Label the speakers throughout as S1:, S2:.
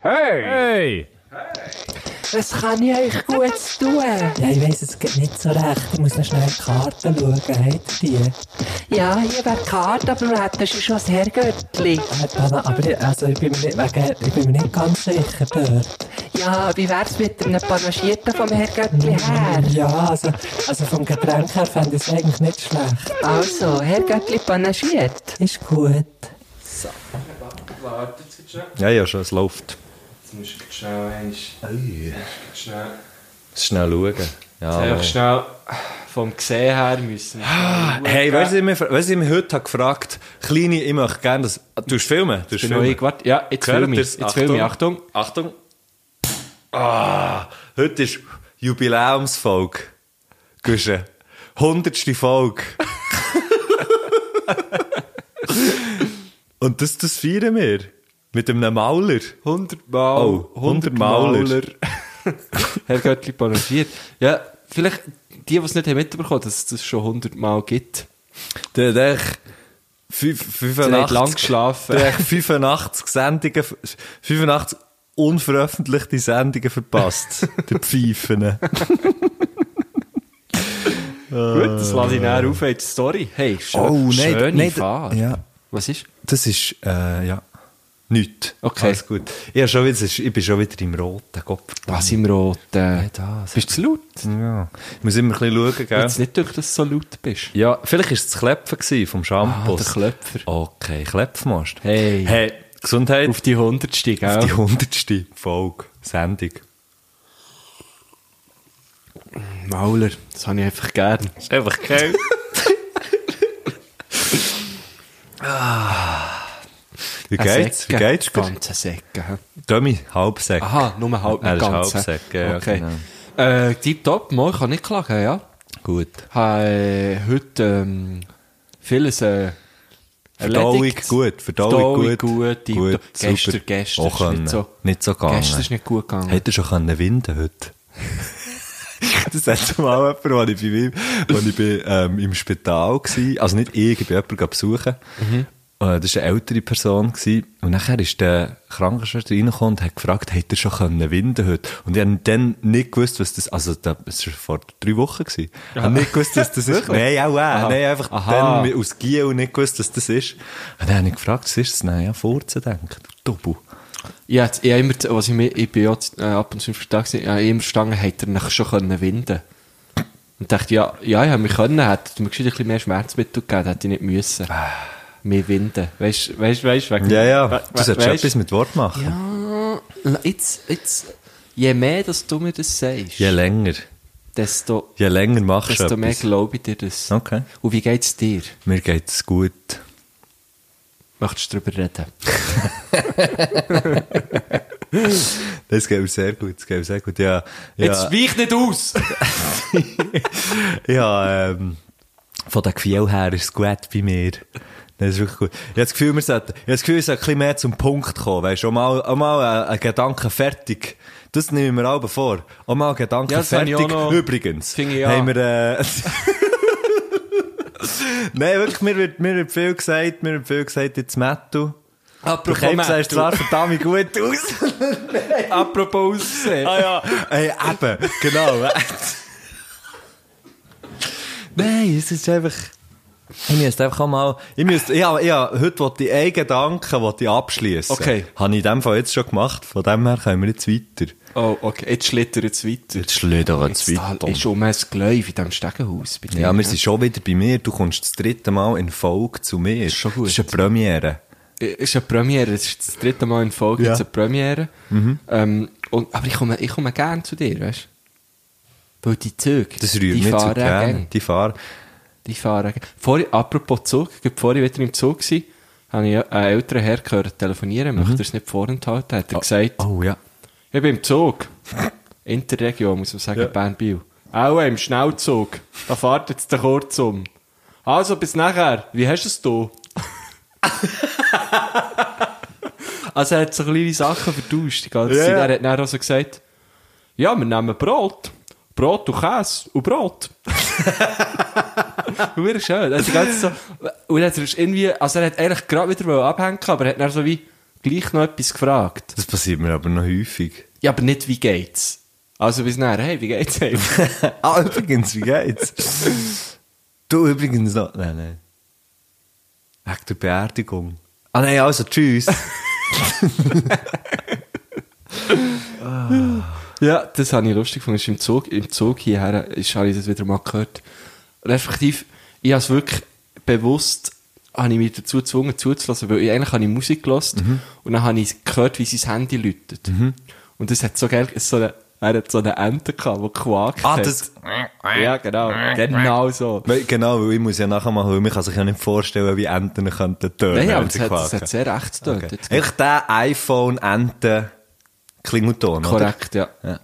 S1: Hey!
S2: Hey!
S3: Was kann ich euch Gutes tun?
S4: Ja, ich weiss, es geht nicht so recht. Ich muss noch schnell die Karten schauen. Habt ihr die? Äh,
S3: Ja, hier wäre die Karte, aber wir hätten schon das Herrgöttli.
S4: Äh, Dana, aber ich, also ich, bin mir nicht, wegen, ich bin mir nicht ganz sicher dort.
S3: Ja, wie wär's mit einem Panagierten vom Herrgöttli her?
S4: Ja, also, also vom Getränk her fände ich es eigentlich nicht schlecht.
S3: Also, Herrgöttli panagiert.
S4: Ist gut.
S5: Wartet jetzt schnell.
S1: Ja, ja, schon, es läuft.
S5: Jetzt musst du schnell eins. Schnell.
S1: Schnell schauen. Ja,
S5: Einfach
S1: Mann.
S5: schnell vom Gesehen her müssen. wir schauen.
S1: hey, weißt du, was ich mich, weißt du, was ich mich heute habe gefragt Kleine, ich möchte gerne das... Du hast Filme? Du hast
S5: Der neue
S1: Filme.
S5: Quart. Ja, jetzt filme ich.
S1: Hört ihr's?
S5: Jetzt filme ich. Achtung.
S1: Achtung. Ah, heute ist Jubiläumsfolge. Gusche. Hundertste Folge. Und das, das feiern wir. Mit einem Mauler.
S5: 100 Mal.
S1: Oh, 100 Mauler.
S5: Herr Göttli panagiert. Ja, vielleicht die, die es nicht haben mitbekommen dass es das schon 100 Mal gibt.
S1: Der, der, fünf-
S5: Sie haben
S1: 85,
S5: lang geschlafen.
S1: Der hat 85 Sendungen, 85 unveröffentlichte Sendungen verpasst. der Pfeifen.
S5: Gut, das lasse ich näher auf in die Story. Hey, schön,
S1: Oh, nein,
S5: schöne
S1: nein,
S5: Fahrt.
S1: ja.
S5: Was ist?
S1: Das ist, äh, ja, nichts.
S5: Okay.
S1: Alles gut. Ich, hab schon wieder, ich bin schon wieder im Roten, Gott.
S5: Was im Roten?
S1: das.
S5: Bist du zu laut?
S1: Ja. Ich muss immer ein bisschen schauen, gell?
S5: Jetzt nicht, durch, dass du so laut bist.
S1: Ja, vielleicht war es das Klepfen gewesen vom Shampoo.
S5: Ah, der Klöpfer.
S1: Okay, Klepfmast.
S5: Hey.
S1: Hey, Gesundheit.
S5: Auf die 100. gell?
S1: Auf die hundertste Folge, Sendung.
S5: Mauler, das habe ich einfach gern.
S1: Ist einfach geil. Wie geht's? Wie geht's? dir?
S5: Ganze Säcke. hä?
S1: Tommy, Halbsäck.
S5: Aha, nur halb,
S1: Er
S5: nicht
S1: ist
S5: ganz. hä?
S1: Halbsäck, ja,
S5: okay.
S1: genau.
S5: Äh, Tipptopp, mal, ich kann nicht klagen, ja.
S1: Gut.
S5: Ich habe äh, heute ähm, vieles äh,
S1: Verdauung
S5: erledigt.
S1: gut, Verdauung
S5: Verdauung
S1: gut.
S5: gut,
S1: gut
S5: tipptopp. Gestern,
S1: super.
S5: gestern
S1: Auch
S5: ist
S1: können.
S5: nicht so-
S1: Nicht so gegangen.
S5: Gestern ist nicht gut gegangen.
S1: Hätte er schon können winden heute. das hat mal jemand, als ich bei mir, als ich bin, ähm, im Spital war. Also nicht ich, ich bin jemanden gegangen besuchen.
S5: Mhm.
S1: Äh, Das war eine ältere Person. Gewesen. Und nachher ist der Krankenschwester reingekommen und hat gefragt, hätte er schon können winden heute? Und ich habe dann nicht gewusst, was das, also da- das war vor drei Wochen. Gewesen. Ich habe nicht gewusst, was das ist. Nein, auch äh, Nein, einfach
S5: Aha.
S1: dann aus Giel und nicht gewusst, was das ist. Und dann habe ich gefragt, was ist das? Nein, ja, vorzudenken. Doppel.
S5: Ja, jetzt, ich, habe immer, was ich, mir, ich bin ja äh, ab und zu im Vertrag gewesen, ich habe immer gestanden, hätte er nachher schon können winden Und dachte, ja, ja, ich habe mich können, hätte mir gescheit ein bisschen mehr Schmerzmittel gegeben, hätte ich nicht müssen. Mehr winden. Weißt du, weißt du, weißt du, wegen-
S1: Ja, ja.
S5: we-
S1: Du solltest
S5: weißt-
S1: etwas mit Wort machen.
S5: Ja, jetzt, jetzt, je mehr, dass du mir das sagst,
S1: Je länger.
S5: desto,
S1: Je länger machst du
S5: desto mehr
S1: etwas.
S5: glaube ich dir das.
S1: Okay.
S5: Und wie geht's dir?
S1: Mir geht's gut.
S5: Möchtest du darüber reden?
S1: Das geht mir sehr gut. Das geht mir sehr gut. Ja, ja,
S5: weich nicht aus!
S1: ja ähm, von dem Gefühl her ist es gut bei mir. Das ist wirklich gut. Ich habe das Gefühl, wir sollten, ich habe das Gefühl, wir sollten ein bisschen mehr zum Punkt kommen. Weißt du, auch mal, auch mal äh, einen Gedanken fertig. Das nehmen wir alle vor. Auch mal einen Gedanken
S5: Ja, das habe ich
S1: fertig.
S5: auch noch.
S1: Übrigens.
S5: Finde ich auch.
S1: Haben wir, äh, Nein, wirklich, mir wird, mir wird viel gesagt, mir wird viel gesagt, jetzt Metto. Du
S5: Apropos,
S1: kämpfst
S5: Matt,
S1: erst
S5: du,
S1: zwar verdammt gut aus.
S5: apropos aussehen.
S1: Ah ja, ey, eben, genau. Nein, es ist einfach... Ich müsste einfach auch mal... Ich müsste, ja, ja, heute wollte ich einen Gedanken wollte ich abschließen.
S5: Okay.
S1: Habe ich in dem Fall jetzt schon gemacht. Von dem her können wir jetzt weiter.
S5: Oh, okay, jetzt schlittert es weiter.
S1: Jetzt schlödern
S5: Jetzt da ist um ein Gläuf in diesem Stegenhaus. bei dir,
S1: Ja, wir
S5: ne?
S1: sind schon wieder bei mir. Du kommst das dritte Mal in Folge zu mir. Ist
S5: schon gut.
S1: Das ist eine Premiere.
S5: Äh, Es ist eine Premiere, es ist das dritte Mal in Folge,
S1: Ja. Mhm.
S5: jetzt eine Premiere. Ähm, und, aber ich komme, ich komme gerne zu dir, weißt du? Weil die Züge,
S1: Das rührt
S5: die
S1: mich zu
S5: fahren
S1: gerne.
S5: gerne.
S1: Die Fahrer.
S5: Die fahren gerne. Vorhin, apropos Zug, gerade vorhin wieder im Zug war, habe ich einen älteren Herr gehört telefonieren,
S1: Mhm.
S5: möchte er es nicht vorenthalten, hat er gesagt,
S1: Oh ja.
S5: ich bin im Zug. Interregio, muss man sagen, Bern-Biel. Auch im Schnellzug. Da fährt jetzt der kurz um. Also, bis nachher. Wie hast du es da? also, er hat so kleine Sachen vertauscht, die ganze
S1: Ja,
S5: Zeit.
S1: ja.
S5: Er hat dann auch so gesagt, ja, wir nehmen Brot. Brot und Käse und Brot. Hure schön. Also, die ganze so, und er hat irgendwie, also er hat eigentlich gerade wieder wollen abhängen, aber er hat dann so wie gleich noch etwas gefragt.
S1: Das passiert mir aber noch häufig.
S5: Ja, aber nicht, wie geht's? Also bis nachher, hey, wie geht's eigentlich?
S1: ah, übrigens, wie geht's? du übrigens noch. Nein, nein. Wegen der Beerdigung. Ah, nein, also tschüss.
S5: ja, das habe ich lustig gefunden. Das ist Im Zug, im Zug hierher ist, habe ich das wieder mal gehört. Respektiv, ich habe es wirklich bewusst habe ich mich dazu gezwungen zuzulassen, weil ich, eigentlich habe ich Musik gehört und dann habe ich gehört, wie sein Handy läutet. Und das hat so geil, es so eine, er hat so eine Ente gehabt, die quakt
S1: ah,
S5: hat.
S1: das.
S5: Ja, genau. Genau so.
S1: Weil, genau, weil ich muss ja nachher machen, weil man kann sich ja nicht vorstellen, wie Enten könnten töten.
S5: Nein,
S1: wenn
S5: aber es
S1: sie
S5: hat, es
S1: quaken.
S5: hat halt sehr recht dort.
S1: Okay. Eigentlich der iPhone-Enten-Klingelton, oder?
S5: Korrekt, ja.
S1: Ja.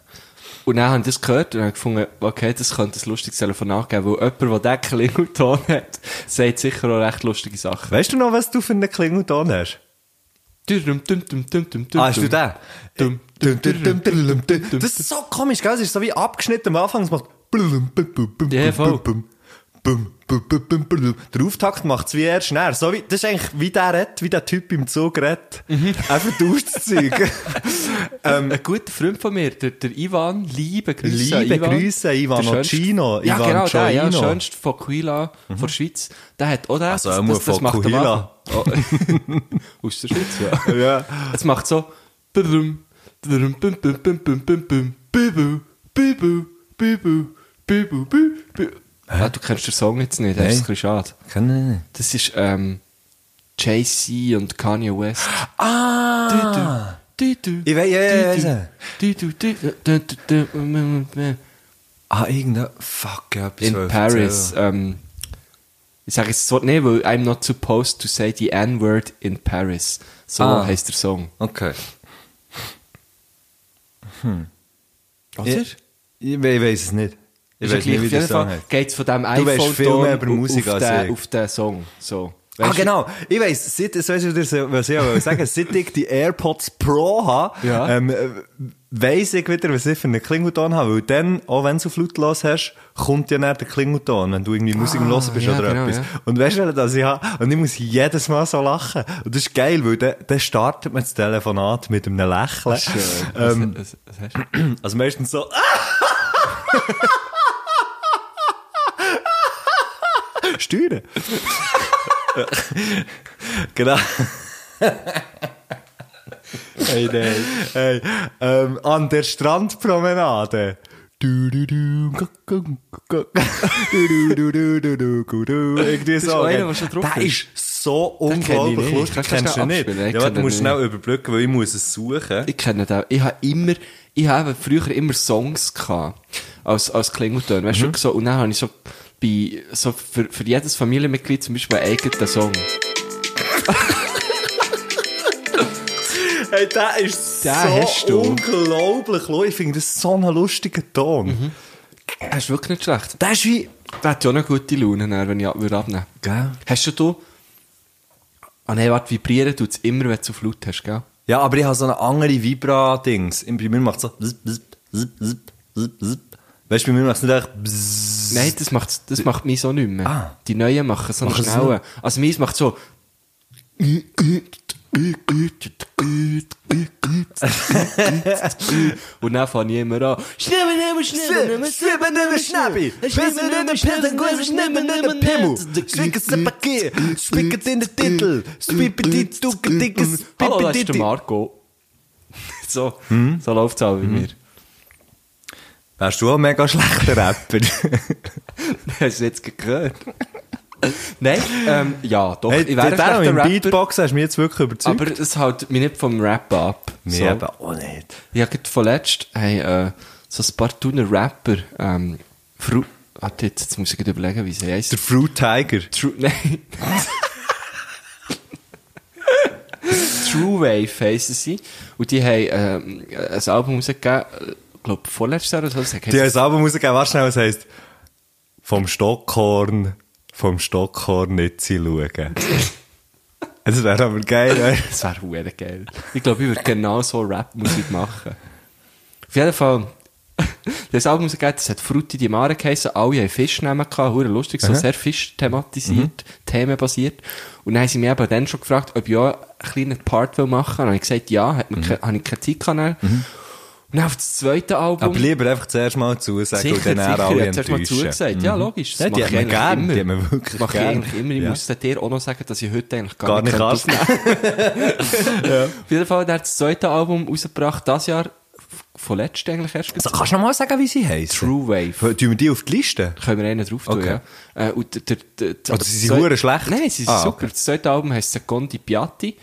S5: Und dann haben das gehört und haben gefunden, okay, das könnte ein lustiges Telefonat geben, weil jemand, der diesen Klingelton hat, sagt sicher auch recht lustige Sachen.
S1: Weißt du noch, was du für einen Klingelton hast?
S5: Dürüm, düm, düm, düm, düm, düm,
S1: Ah, hast du
S5: düm.
S1: den?
S5: Dum,
S1: Dum, dum, dum, dum, dum,
S5: dum.
S1: dum. Das ist so komisch, gell? Es ist so wie abgeschnitten am Anfang. Es macht. blum, bum, bum, bum,
S5: Ja,
S1: bum,
S5: voll.
S1: bum, bum, bum, bum, bum, blum. Der Auftakt macht es wie er schnell. So wie, das ist eigentlich wie der Red, wie der Typ im Zug redet.
S5: Mhm.
S1: Einfach auszuzeigen.
S5: Ein guter Freund von mir, der, der Ivan, liebe Grüße.
S1: Liebe
S5: Ivan.
S1: Grüße, Ivan
S5: Der schönste-
S1: Ocino.
S5: Ja,
S1: Ivan
S5: genau, der, ja,
S1: Gioino. Mhm.
S5: schönste von Quila, von der Schweiz. Der hat auch den.
S1: Also, er muss von Coahuila.
S5: Waffen. Oh, Aus der Schweiz, ja.
S1: Ja.
S5: Es macht so. Bum, bum, bum, bum, bum, bum, bum, bum, bibu, bibu, bibu, bibu, bibu, bibu. Ah, du kennst den Song jetzt nicht, das ist ein
S1: Nein.
S5: bisschen schade.
S1: Kann ich nicht.
S5: Das ist ähm, JC und Kanye West.
S1: Ah! Ich weiß, ja, ja, ja, ja. Ah, irgendein. Fuck, ja, etwas
S5: In
S1: wollte ich
S5: Paris.
S1: erzählen.
S5: Ähm, ich sage jetzt so, nee, weil I'm not supposed to say the N-word in Paris. So
S1: Ah.
S5: heisst der Song.
S1: Okay.
S5: Oder?
S1: Ich, ich weiß es nicht. Ich
S5: Ist ja
S1: weiß nicht,
S5: gleich,
S1: wie
S5: auf
S1: der
S5: jeden
S1: Song
S5: Fall
S1: heißt.
S5: geht es von dem
S1: weißt viel mehr
S5: iPhone-Ton
S1: über Musik
S5: auf,
S1: als
S5: den,
S1: ich.
S5: auf den Song. So.
S1: Ah,
S5: Weisst du?
S1: genau. Ich weiss, seit, das weiss ich, wieder, was ich auch wollte sagen seit ich die AirPods Pro habe,
S5: Ja.
S1: ähm, äh, weiss ich wieder, was ich für einen Klingelton habe. Weil dann, auch wenn du lautlos hast, kommt ja dann der Klingelton, wenn du irgendwie Musik am Hören bist
S5: ja,
S1: oder
S5: genau,
S1: etwas.
S5: ja.
S1: Und weißt du, welchen das ich habe? Und ich muss jedes Mal so lachen. Und das ist geil, weil dann, dann startet man das Telefonat mit einem Lächeln.
S5: Schön. Was-
S1: Ähm,
S5: äh, was- was hast du?
S1: also meistens so, Steuern. genau. hey, nein. Hey, ähm, an der Strandpromenade. Du, du, du, guck, guck, guck. Du, du, du, du, du, du, du. Irgendwie
S5: Das ist
S1: so.
S5: einer,
S1: gell?
S5: der schon drauf
S1: Der
S5: ist.
S1: ist so
S5: kenn ich
S1: unglaublich
S5: nicht.
S1: lustig.
S5: Kannst du
S1: Kennst du
S5: schnell
S1: nicht?
S5: abspielen? Ich
S1: Ja, warte,
S5: kenn
S1: du musst
S5: den
S1: schnell überbrücken, weil ich muss es suchen.
S5: Ich kenne den. Ich habe immer, ich habe früher immer Songs gehabt. Als, als Klingelton. Weißt du, wirklich so, und dann habe ich so, bei, so für, für jedes Familienmitglied zum Beispiel einen eigenen Song.
S1: Hey, der ist
S5: Den
S1: so
S5: hast du.
S1: unglaublich lustig. Ich finde das so einen lustigen Ton.
S5: Mhm. Das ist wirklich nicht schlecht.
S1: Der ist wie...
S5: Der hat ja auch eine gute Laune, dann, wenn ich ab- würde abnehmen
S1: Gell?
S5: Hast du du. Ah nein, warte, vibrieren tut es immer, wenn du auf laut hast, gell?
S1: Ja, aber ich habe so eine andere Vibra-Dings. Im- Bei mir macht es so. Zip, zip, zip, zip, zip, zip. Weißt du, bei mir macht es nicht echt. bzzz.
S5: Nein, das macht, das macht meins auch nicht mehr.
S1: Ah.
S5: Die Neuen machen so einen
S1: Machen sie
S5: schnellen. Also meins macht so... Und dann fange ich immer an. Schnell, nimm, schnell, nimm, schnell.
S1: Slippen in den Schnappi, Pissen in den Pissen, Gussen schnippen in den Pimmel, Schwicken in Paket, Spicken in den Titel, Spippen die Ducke, Dickes,
S5: Hallo, das
S1: Pippen
S5: ist der
S1: die
S5: Marco. So,
S1: Hm?
S5: so läuft es auch bei mir.
S1: Wärst du auch ein mega schlechter
S5: Oh,
S1: Rapper?
S5: Hast du jetzt gehört? Nein, ähm, ja, doch.
S1: Hey, ich
S5: wäre
S1: wäre
S5: ein schlechter
S1: im
S5: Rapper,
S1: Beatbox hast du mich jetzt wirklich überzeugt.
S5: Aber es hält mich nicht vom Rap ab.
S1: Mir
S5: so.
S1: eben auch nicht.
S5: Ich habe gerade vorletzt hey, äh, so ein paar Thuner Rapper, ähm, Fru Warte, jetzt, jetzt muss ich gerade überlegen, wie sie heißt.
S1: Der Fruit Tiger.
S5: True, nein. True Wave heissen sie. Und die haben ähm, ein Album rausgegeben, ich glaube, vorletztes Jahr oder so. Das heisst-
S1: Die haben selber Musik gegeben, warte schnell, was heisst. Vom Stockhorn, vom Stockhorn nicht zu schauen. das wäre aber geil, wär.
S5: Das wäre hure geil. Ich glaube, ich würde genau so Rap-Musik machen. Auf jeden Fall, Das Album rausgegeben, das hat Frutti di Mare geheissen, alle haben Fisch genommen, hure lustig, so
S1: Mhm.
S5: sehr Fisch thematisiert, themenbasiert. Und dann haben sie mich eben dann schon gefragt, ob ich auch einen kleinen Part will machen will. Und habe ich gesagt, ja, hat
S1: Mhm.
S5: mir ke- habe ich keine Zeit gehabt. dann. Und dann auf das zweite Album.
S1: Aber lieber einfach zuerst mal zusagen und dann
S5: sicher,
S1: alle
S5: ich habe mal
S1: enttäuschen. Mhm.
S5: zugesagt. Ja, logisch.
S1: Ja, die
S5: mache
S1: hat
S5: ich
S1: man
S5: eigentlich
S1: gern,
S5: immer.
S1: die hat man wirklich
S5: Das mache ich
S1: gern.
S5: eigentlich immer. Ich
S1: Ja.
S5: muss dir auch noch sagen, dass ich heute eigentlich gar,
S1: Gar nicht
S5: könnte
S1: kannst.
S5: Auf jeden Fall, der hat das zweite Album rausgebracht, das Jahr, f- von letztem eigentlich erst.
S1: Also, kannst du noch mal sagen, wie sie heißt?
S5: True Wave.
S1: Tun wir die auf die Liste?
S5: Können wir einen drauf tun,
S1: Okay.
S5: ja. Äh, und der, der, der,
S1: Also, sie sind
S5: das-
S1: hure schlecht?
S5: Nein, sie sind
S1: Ah,
S5: super.
S1: okay.
S5: Das zweite Album heisst Secondi Piatti.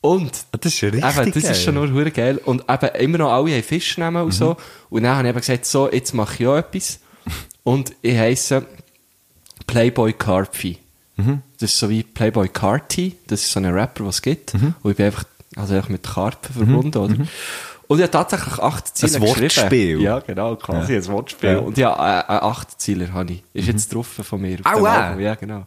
S5: Und
S1: Ah, Das ist ja richtig
S5: Eben, das
S1: geil. Mhm.
S5: ist schon nur hure geil. Und eben, immer noch alle haben Fisch nehmen und so. Und dann habe ich eben gesagt, so, jetzt mache ich auch etwas. Und ich heisse Playboy Carpi.
S1: Mhm.
S5: Das ist so wie Playboy Carti. Das ist so ein Rapper, was es gibt.
S1: Mhm.
S5: Und ich bin einfach, also einfach mit Karpfen verbunden, oder? Und ich habe tatsächlich acht Ziele
S1: Wortspiel.
S5: geschrieben. Ja, genau, quasi ein Wortspiel.
S1: Ja.
S5: Und ja, äh, äh, acht Ziele habe ich. Ist jetzt getroffen von mir. auf
S1: Au,
S5: dem
S1: äh.
S5: Album. Ja, genau.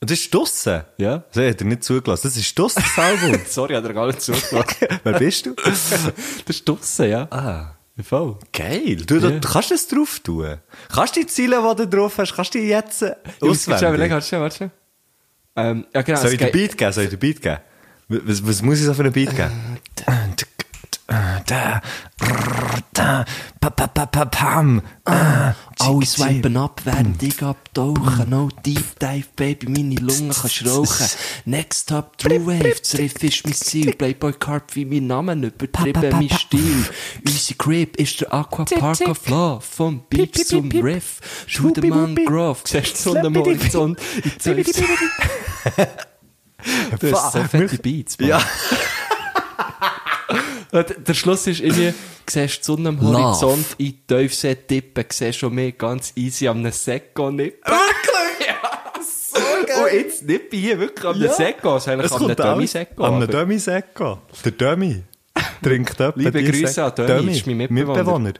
S1: Und Das ist draussen?
S5: Ja.
S1: Das hat er nicht zugelassen. Das ist draussen, das Album.
S5: Sorry, hat er gar nicht zugelassen.
S1: Wer bist du?
S5: das ist draussen, ja.
S1: Ah.
S5: Voll.
S1: Geil. Du,
S5: Ja.
S1: du kannst das drauf tun. Kannst du die Ziele, die du drauf hast, kannst du die jetzt äh, auswendig?
S5: Warte, warte, warte. Ähm, ja, genau.
S1: Soll
S5: es
S1: ich den
S5: geht-
S1: Beat geben? Soll ich den Beat geben? Was, was muss ich so für einen Beat geben? Pam. Oh,
S5: Alle swipen ab, während ich abtauche. No deep dive, baby, meine Lunge kannst rauchen. Next up, True Wave, das Riff ist mein Ziel. Playboy Carp wie mein Name, übertrieben mein Stil. Unsere Grip ist der Aqua Park of Law. Vom Beat zum Riff, Schudemann Grove. Siehst du so einen Horizont? Ich zeig's. Das ist so fette Beats, Mann.
S1: Ja.
S5: Und Der Schluss ist irgendwie, siehst die Sonne am Horizont, in die Tiefsee tippen, siehst schon mehr ganz easy am Secco nippen.
S1: Wirklich?
S5: Und Oh, jetzt nippe ich hier wirklich am
S1: Ja.
S5: Secco, es ist eigentlich
S1: Es
S5: am
S1: kommt
S5: Dummy-Secco.
S1: An
S5: aber-
S1: den Dummy-Secco. Der Dummy. Trinkt jemand
S5: Liebe
S1: diesen
S5: Grüße
S1: Sek-
S5: an Dummy, ist mein Mitbewohner.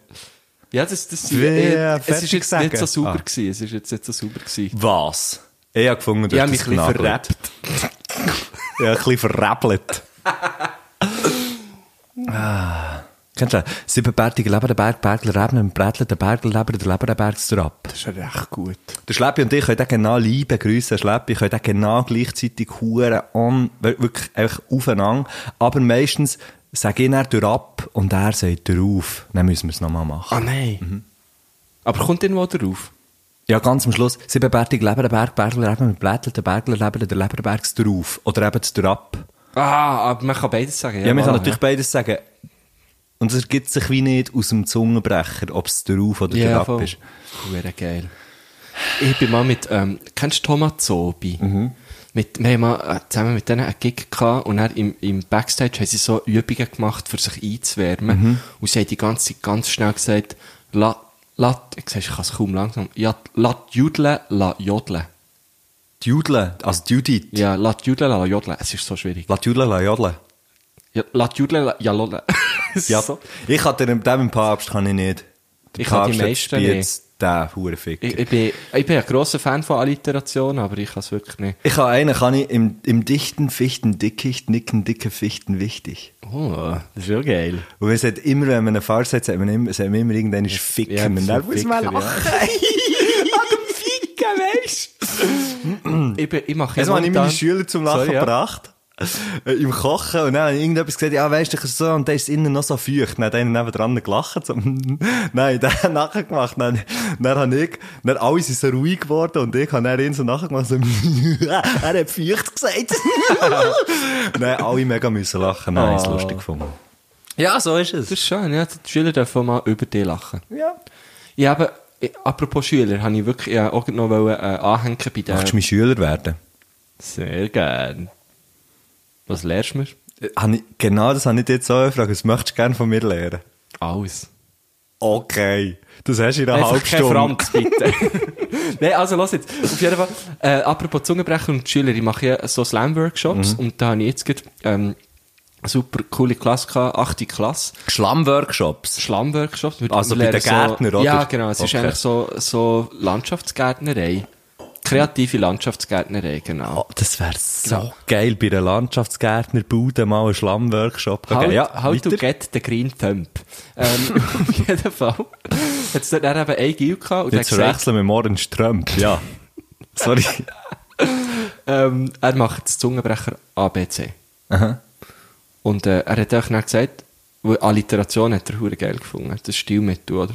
S5: Ja, das, das, äh,
S1: Ja,
S5: es
S1: fertig
S5: ist jetzt
S1: sagen.
S5: nicht so sauber
S1: Ah.
S5: gewesen, es ist jetzt nicht so sauber gewesen.
S1: Was? Ich habe gefunden, du
S5: Ich
S1: hast
S5: habe mich
S1: das
S5: ein bisschen
S1: genagelt.
S5: verrappt.
S1: Ja, ein bisschen verrappelt. ah. Kennst du das? Siebenbärtige Leber, der Berg, Bergler Reben, im Brädler, der Bergler-Leber, der Leber, der Bergstrap.
S5: Das ist recht gut.
S1: Der Schleppi und ich können den genau lieben, grüssen Schleppi, können den genau gleichzeitig huren on, wir- wirklich einfach aufeinander. Aber meistens sage ich dann durch ab und er sagt drauf. Dann müssen wir es nochmal machen.
S5: Ah nein. Aber kommt irgendwo drauf?
S1: Ja, ganz am Schluss. Siebenbärtig Leber, der Berg, Bergler Reben, im Blättler, der Bergler Leber, der Leberbergs drauf. Oder eben das durch ab.
S5: Ah, aber man kann beides sagen.
S1: Ja, man kann
S5: voilà,
S1: natürlich beides sagen. Und es ergibt sich wie nicht aus dem Zungenbrecher, ob es drauf oder
S5: Ja,
S1: drauf
S5: voll.
S1: ist.
S5: Hure geil. Ich bin mal mit, ähm, kennst du Thomas Zobi? Mit, wir haben mal äh, zusammen mit denen einen Gig gehabt und dann im, im Backstage haben sie so Übungen gemacht, für sich einzuwärmen. Und sie haben die ganze Zeit ganz schnell gesagt, la, la, ich sag, ich kann es kaum langsam, ja, la judeln, la jodeln.
S1: Die Judeln, also die Judith.
S5: Ja, la judeln, la jodeln. Es ist so schwierig.
S1: Lass die Judeln, lass jodeln.
S5: Ja, la judeln, la ja, jodeln.
S1: Ja,
S5: So.
S1: ich hatte den, den im Papst kann ich nicht. Der
S5: Ich kann die
S1: hat
S5: meisten
S1: gespielt,
S5: nicht.
S1: Der Hurenficker.
S5: Ich,
S1: Ich,
S5: ich, bin, ich bin ein grosser Fan von Alliteration, aber ich kann es wirklich nicht.
S1: ich habe einen, kann ich im, im dichten Fichten dickicht, nicken dicke Fichten wichtig.
S5: Oh, das ist ja geil.
S1: Und wir sagt immer, wenn man einen Farce sagt, sagt man immer, sagt man immer irgendeinen ist Ficken.
S5: Ja,
S1: und dann
S5: so
S1: muss man
S5: Ficker, ja.
S1: lachen.
S5: Ficken, weisst du? ich, bin- ich mache
S1: Jetzt habe ich meine Schüler zum Lachen
S5: Sorry, ja.
S1: gebracht. Äh, Im Kochen. Und dann habe ich irgendetwas gesagt, ja, weißt du, ich so, und der ist innen noch so feucht. Dann hat einer nebenan gelacht. So, nein, der hat nachgemacht. Dann, dann habe ich, dann alle sind so ruhig geworden und ich habe dann ihn so nachgemacht, so, er hat feucht gesagt. nein, alle mega müssen lachen. Nein,
S5: Ah.
S1: ist lustig gefunden.
S5: Äh. Ja, so ist es. Das ist schön, ja. Die Schüler dürfen mal über dich lachen.
S1: Ja.
S5: Ich habe, ich, apropos Schüler, habe ich wirklich ja, auch noch wollen, äh, anhängen bei den...
S1: Möchtest du mein Schüler werden?
S5: Sehr gern. Was lernst du mir?
S1: Äh, habe ich- Genau das habe ich dir jetzt auch gefragt. Was möchtest du gerne von mir lernen?
S5: Alles.
S1: Okay. Das hast du in einer halben
S5: Einfach kein
S1: Stunde.
S5: Franz, bitte. Nein, also los jetzt. Auf jeden Fall, äh, apropos Zungenbrecher und Schüler, ich mache ja so
S1: Mhm.
S5: Slam-Workshops und da habe ich jetzt gerade ähm, eine super coole Klasse gehabt, 8. Klasse.
S1: Schlammworkshops.
S5: Schlammworkshops. Wir
S1: Also bei
S5: lernen
S1: den Gärtnern,
S5: so,
S1: oder?
S5: Ja, genau. Es ist
S1: Okay.
S5: eigentlich so, so Landschaftsgärtnerei. kreative Landschaftsgärtnerei, genau.
S1: Oh, das wäre so geil, bei einer Landschaftsgärtnerbude mal einen Schlammworkshop.
S5: How,
S1: geben.
S5: how to
S1: weiter.
S5: get the green thumb. Ähm, auf jeden Fall. Jetzt hat er eben einen Gil gehabt und
S1: Nicht zu
S5: hat gesagt,
S1: wechseln mit Orange Trump, ja. Sorry.
S5: ähm, er macht das Zungenbrecher ABC.
S1: Aha.
S5: Und äh, er hat auch dann gesagt, weil Alliteration hat er hure geil gefunden. Das ist Stilmittel, oder?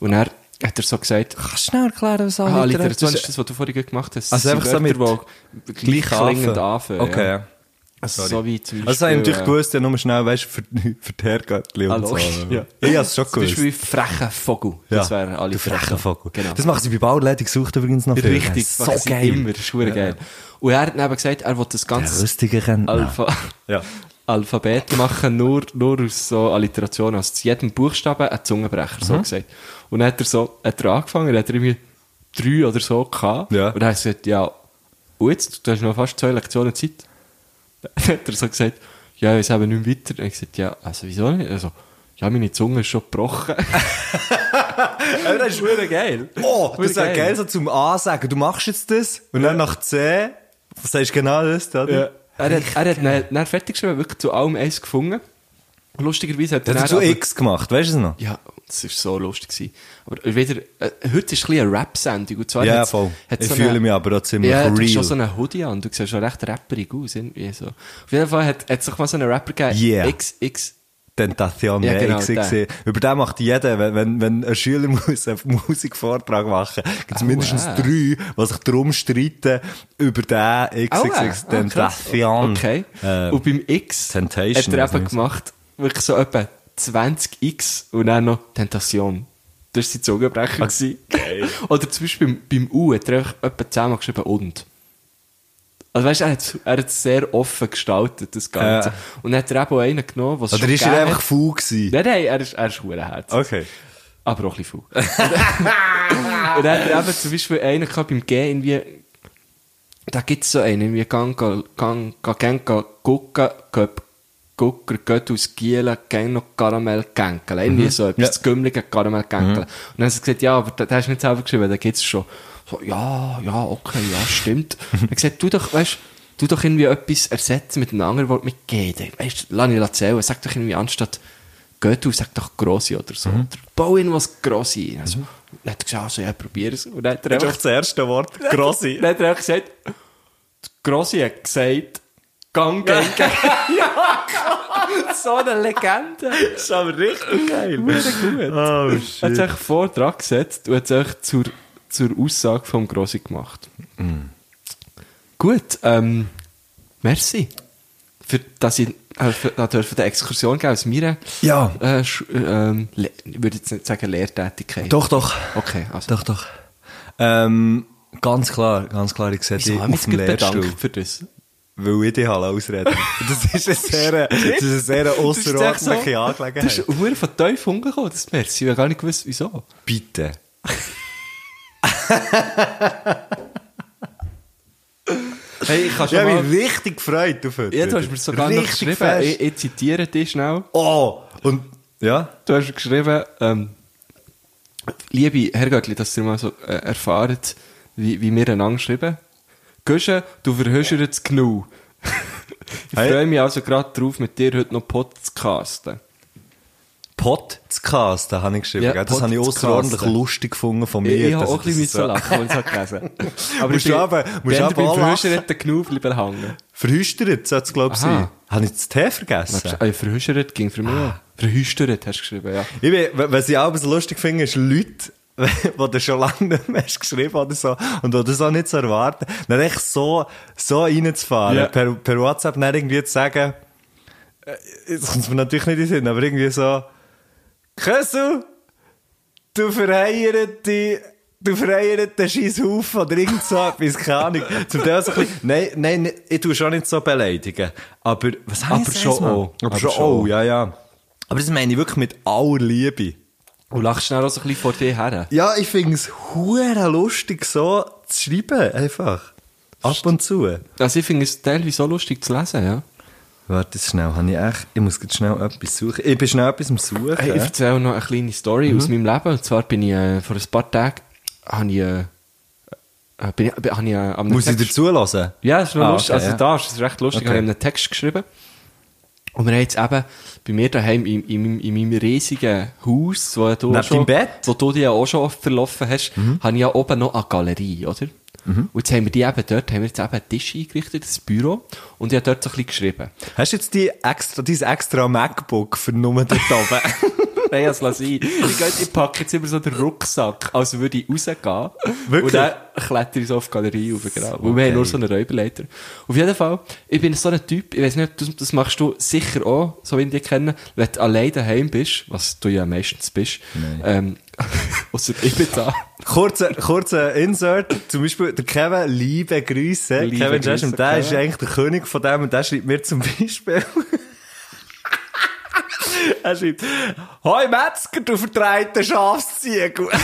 S5: Und er hat er so gesagt,
S1: Kannst du schnell erklären, was
S5: ah, Alliteration ist das, was du vorhin gemacht hast.
S1: Also
S5: Das
S1: einfach
S5: sind
S1: so
S5: Wörter, die gleich klingend anfangen.
S1: Okay,
S5: ja.
S1: ja.
S5: Also
S1: Sorry.
S5: so wie zum Beispiel...
S1: Also, ich natürlich
S5: äh,
S1: gewusst, ja, nur schnell, weißt du, für, für die Herrgöttli
S5: Ah,
S1: und so.
S5: logisch, ja.
S1: Ich hab's schon
S5: Zum
S1: gewusst.
S5: Beispiel frecher Vogel. Das
S1: Ja,
S5: wäre alle
S1: du frecher Vogel.
S5: Genau.
S1: Das machst du bei Bauläden gesucht übrigens noch viel.
S5: Richtig,
S1: so
S5: machen sie
S1: geil.
S5: Immer, das ist hure geil. Und er hat dann eben gesagt, er will das
S1: Der
S5: ganze
S1: Rüstige kennt man.
S5: Alpha
S1: Ja.
S5: Alphabet machen, nur, nur aus so Alliterationen. Also zu jedem Buchstaben ein Zungenbrecher,
S1: Mhm.
S5: so gesagt. Und dann hat er so hat er angefangen, dann hat er irgendwie drei oder so gehabt.
S1: Ja.
S5: Und dann hat er gesagt, ja, und jetzt, du hast noch fast zwei Lektionen Zeit. Dann hat er so gesagt, ja, ich weiß eben nicht mehr weiter. Dann habe ich gesagt, ja, also wieso nicht? Also, ja, meine Zunge ist schon gebrochen. Äh,
S1: Aber das ist
S5: Hure geil.
S1: Oh,
S5: Hure
S1: das wäre geil, so zum Ansagen. Du machst jetzt das und dann nach 10 sagst du genau das, oder?
S5: Ja. Er hat, er hat dann, dann fertig geschrieben, wirklich zu allem eins gefunden. Lustigerweise hat
S1: Das e-
S5: dann
S1: hast du
S5: aber-
S1: X gemacht, weißt du es noch?
S5: Ja, das war so lustig. Gewesen. Aber wieder, äh, heute ist es ein bisschen eine Rap-Sendung. Und zwar
S1: Ja,
S5: hat's-
S1: voll.
S5: hat's
S1: Ich
S5: eine-
S1: fühle mich aber auch ziemlich
S5: ja, Du
S1: real.
S5: hast schon so einen Hoodie an. Du siehst schon recht rapperig aus. Irgendwie so. Auf jeden Fall hat es doch mal so einen Rapper gegeben.
S1: Yeah.
S5: X, X.
S1: Tentation,
S5: Ja,
S1: ja,
S5: genau,
S1: XXX. Über den macht jeder, wenn, wenn, wenn ein Schüler muss einen Musikvortrag machen gibt es
S5: Aua.
S1: mindestens drei, die sich darum streiten, über den
S5: Aua.
S1: XXX
S5: Ah, krass.
S1: Tentation.
S5: Okay.
S1: Äh,
S5: und beim X
S1: Temptation,
S5: hat er
S1: weiss
S5: eben
S1: nicht.
S5: gemacht, wirklich so etwa 20 X und dann noch Tentation. Das war sein Zungenbrecher.
S1: Ah,
S5: gewesen. Oder zum Beispiel beim, beim U hat er einfach etwa zehnmal geschrieben und. Also weißt du, er hat es er hat's sehr offen gestaltet, das Ganze.
S1: Äh.
S5: Und dann hat er eben auch einen genommen, was
S1: oder ist er einfach
S5: hat.
S1: faul gewesen?
S5: Nein, nein, er ist, er ist hurenherzig.
S1: Okay.
S5: Aber auch ein bisschen faul. und dann hat er eben zum Beispiel einen gehabt beim G irgendwie, da gibt es so einen, irgendwie Ganga, Ganga, Ganga, Gucka, Köp, Gucker, Göt aus Gielen, Gang noch Karamell, Gänkel. Irgendwie so etwas,
S1: Ja.
S5: das gümmelige Karamell, Gänkel. Und dann haben sie gesagt, ja, aber das hast du nicht selber geschrieben, da gibt es schon. So, ja, ja, okay, ja, stimmt. Und dann gesagt, du doch, weißt du, doch irgendwie etwas ersetzen mit einem anderen Wort mit G. Dann, Weißt du, lass ihn erzählen, sag doch irgendwie anstatt Götu, sag doch Grossi oder so. Oder bau ihn was Grossi. Also, dann hat er gesagt, also, ja, probier es. Und dann hat er
S1: Das ist
S5: einfach
S1: auch das erste Wort. Grossi.
S5: dann hat er auch gesagt, die Grossi hat gesagt, Gang, Gang, Gang. ja, so eine Legende.
S1: Das ist aber richtig geil.
S5: Mega
S1: Oh,
S5: Er hat
S1: shit.
S5: sich vor dran gesetzt und hat sich zur, zur Aussage vom Grossi gemacht. Gut, ähm, merci. Für, dass ich äh, für, da dürfen der Exkursion gehen aus meiner,
S1: Ja.
S5: äh, Sch- ähm, Le- ich würde jetzt nicht sagen Lehrtätigkeit.
S1: Doch, doch.
S5: Okay, also.
S1: Doch, doch. Ähm, ganz klar, ganz klar, ich sehe
S5: Wieso
S1: dich
S5: haben
S1: auf
S5: wir uns
S1: dem
S5: gut
S1: Lehrstuhl.
S5: bedankt für das?
S1: Weil ich dich alle ausreden. Das ist eine sehr, das ist eine sehr
S5: Oh, Das ist echt so-
S1: ausserordentliche
S5: Das
S1: Angelegenheit.
S5: ist verdammt von tief umgekommen, das Merci. Ich habe gar nicht gewusst, wieso.
S1: Bitte.
S5: Hey, ich kann
S1: Ich habe mich richtig gefreut auf heute.
S5: Ja, du hast mir sogar noch
S1: Richtig
S5: geschrieben,
S1: fest.
S5: ich, ich zitiere dich schnell.
S1: Oh! Und, ja?
S5: Du hast geschrieben, ähm, liebe Herrgöttli, dass ihr mal so äh, erfahrt, wie, wie wir einander schreiben. Gösche, du verhöscherst genug. ich
S1: Hey.
S5: freue mich also gerade drauf, mit dir heute noch podcasten.
S1: Podcast, da habe ich geschrieben.
S5: Ja,
S1: gell? das habe ich
S5: Podcasten.
S1: ausserordentlich lustig gefunden von
S5: Ich,
S1: mir.
S5: ich habe
S1: dass
S5: auch ein
S1: das
S5: bisschen
S1: so-
S5: müssen lachen, als ich es halt gelesen habe. Aber
S1: Musst
S5: ich bin,
S1: du aber- musst
S5: dann
S1: aber
S5: beim
S1: auch lachen.
S5: verhöscherten genug bleiben hängen.
S1: Verhüstert, sollte es, glaube ich,
S5: Aha.
S1: sein. Habe ich das Tee vergessen?
S5: Ah, ja, verhöschert ging für mich
S1: Ah.
S5: auch. Verhöschert hast du geschrieben, ja.
S1: Ich bin, w- was ich auch so lustig finde, ist Leute, die du schon lange nicht mehr hast geschrieben oder so, und die das auch nicht so erwarten, dann echt so, so reinzufahren,
S5: Ja.
S1: per, per WhatsApp dann irgendwie zu sagen, äh, jetzt kommt es mir natürlich nicht in den Sinn, aber irgendwie so, Kösel, du verheierte, du verheierte Scheisshaufen oder irgend so etwas, keine Ahnung. Zum Teil so ein bisschen, nein, nein, nein, ich tue schon nicht so beleidigen, aber, was habe ich
S5: Aber
S1: jetzt
S5: schon
S1: einmal?
S5: auch.
S1: Aber,
S5: Aber
S1: schon
S5: schon
S1: auch,
S5: auch.
S1: ja, ja. Aber das meine ich wirklich mit aller Liebe.
S5: Und lachst schnell auch so ein bisschen vor dir her.
S1: Ja, ich finde es hure lustig, so zu schreiben, einfach. Ab und zu.
S5: Also ich finde es teilweise so lustig zu lesen, ja.
S1: Warte jetzt schnell, habe ich echt, ich muss jetzt schnell etwas suchen. Ich bin schnell etwas am Suchen.
S5: Hey, ich erzähle noch eine Mhm. kleine Story aus meinem Leben. Und zwar bin ich äh, vor ein paar Tagen habe ich, äh, Äh, bin ich, bin, habe ich, äh, am
S1: Muss ich
S5: Text-
S1: dazu hören?
S5: Ja, das ist noch
S1: Ah,
S5: lustig.
S1: okay,
S5: also
S1: ja.
S5: da ist es recht lustig.
S1: Okay.
S5: Ich habe ihm einen Text geschrieben. Und wir haben jetzt eben bei mir daheim in, in, meinem- in meinem riesigen Haus, wo du,
S1: Neben
S5: schon,
S1: deinem Bett?
S5: wo du dich ja auch schon oft verlaufen hast, habe ich ja oben noch eine Galerie, oder? Und jetzt haben wir die eben dort, haben wir jetzt eben einen Tisch eingerichtet, das Büro, und ich habe dort so ein bisschen geschrieben.
S1: Hast du jetzt die extra, dein extra MacBook für nur dort oben?
S5: Nein, das lass ich. Ich, geh jetzt- ich packe jetzt immer so den Rucksack, als würde ich rausgehen.
S1: Wirklich?
S5: Und dann klettere ich so auf die Galerie rauf, genau. Weil wir haben nur so einen Räuberleiter. Auf jeden Fall, ich bin so ein Typ, ich weiß nicht, das, das machst du sicher auch, so wie ich dich kenne, wenn du allein daheim bist, was du ja meistens bist, ähm, ausser ich bin da.
S1: kurzer, kurzer Insert. Zum Beispiel der Kevin, liebe Grüße.
S5: Liebe
S1: Kevin
S5: Grüße,
S1: Jaschem, der ist
S5: Kevin.
S1: eigentlich der König von dem und der schreibt mir zum Beispiel. er schreibt, Hoi Metzger, du verdreiter Schafsziegel.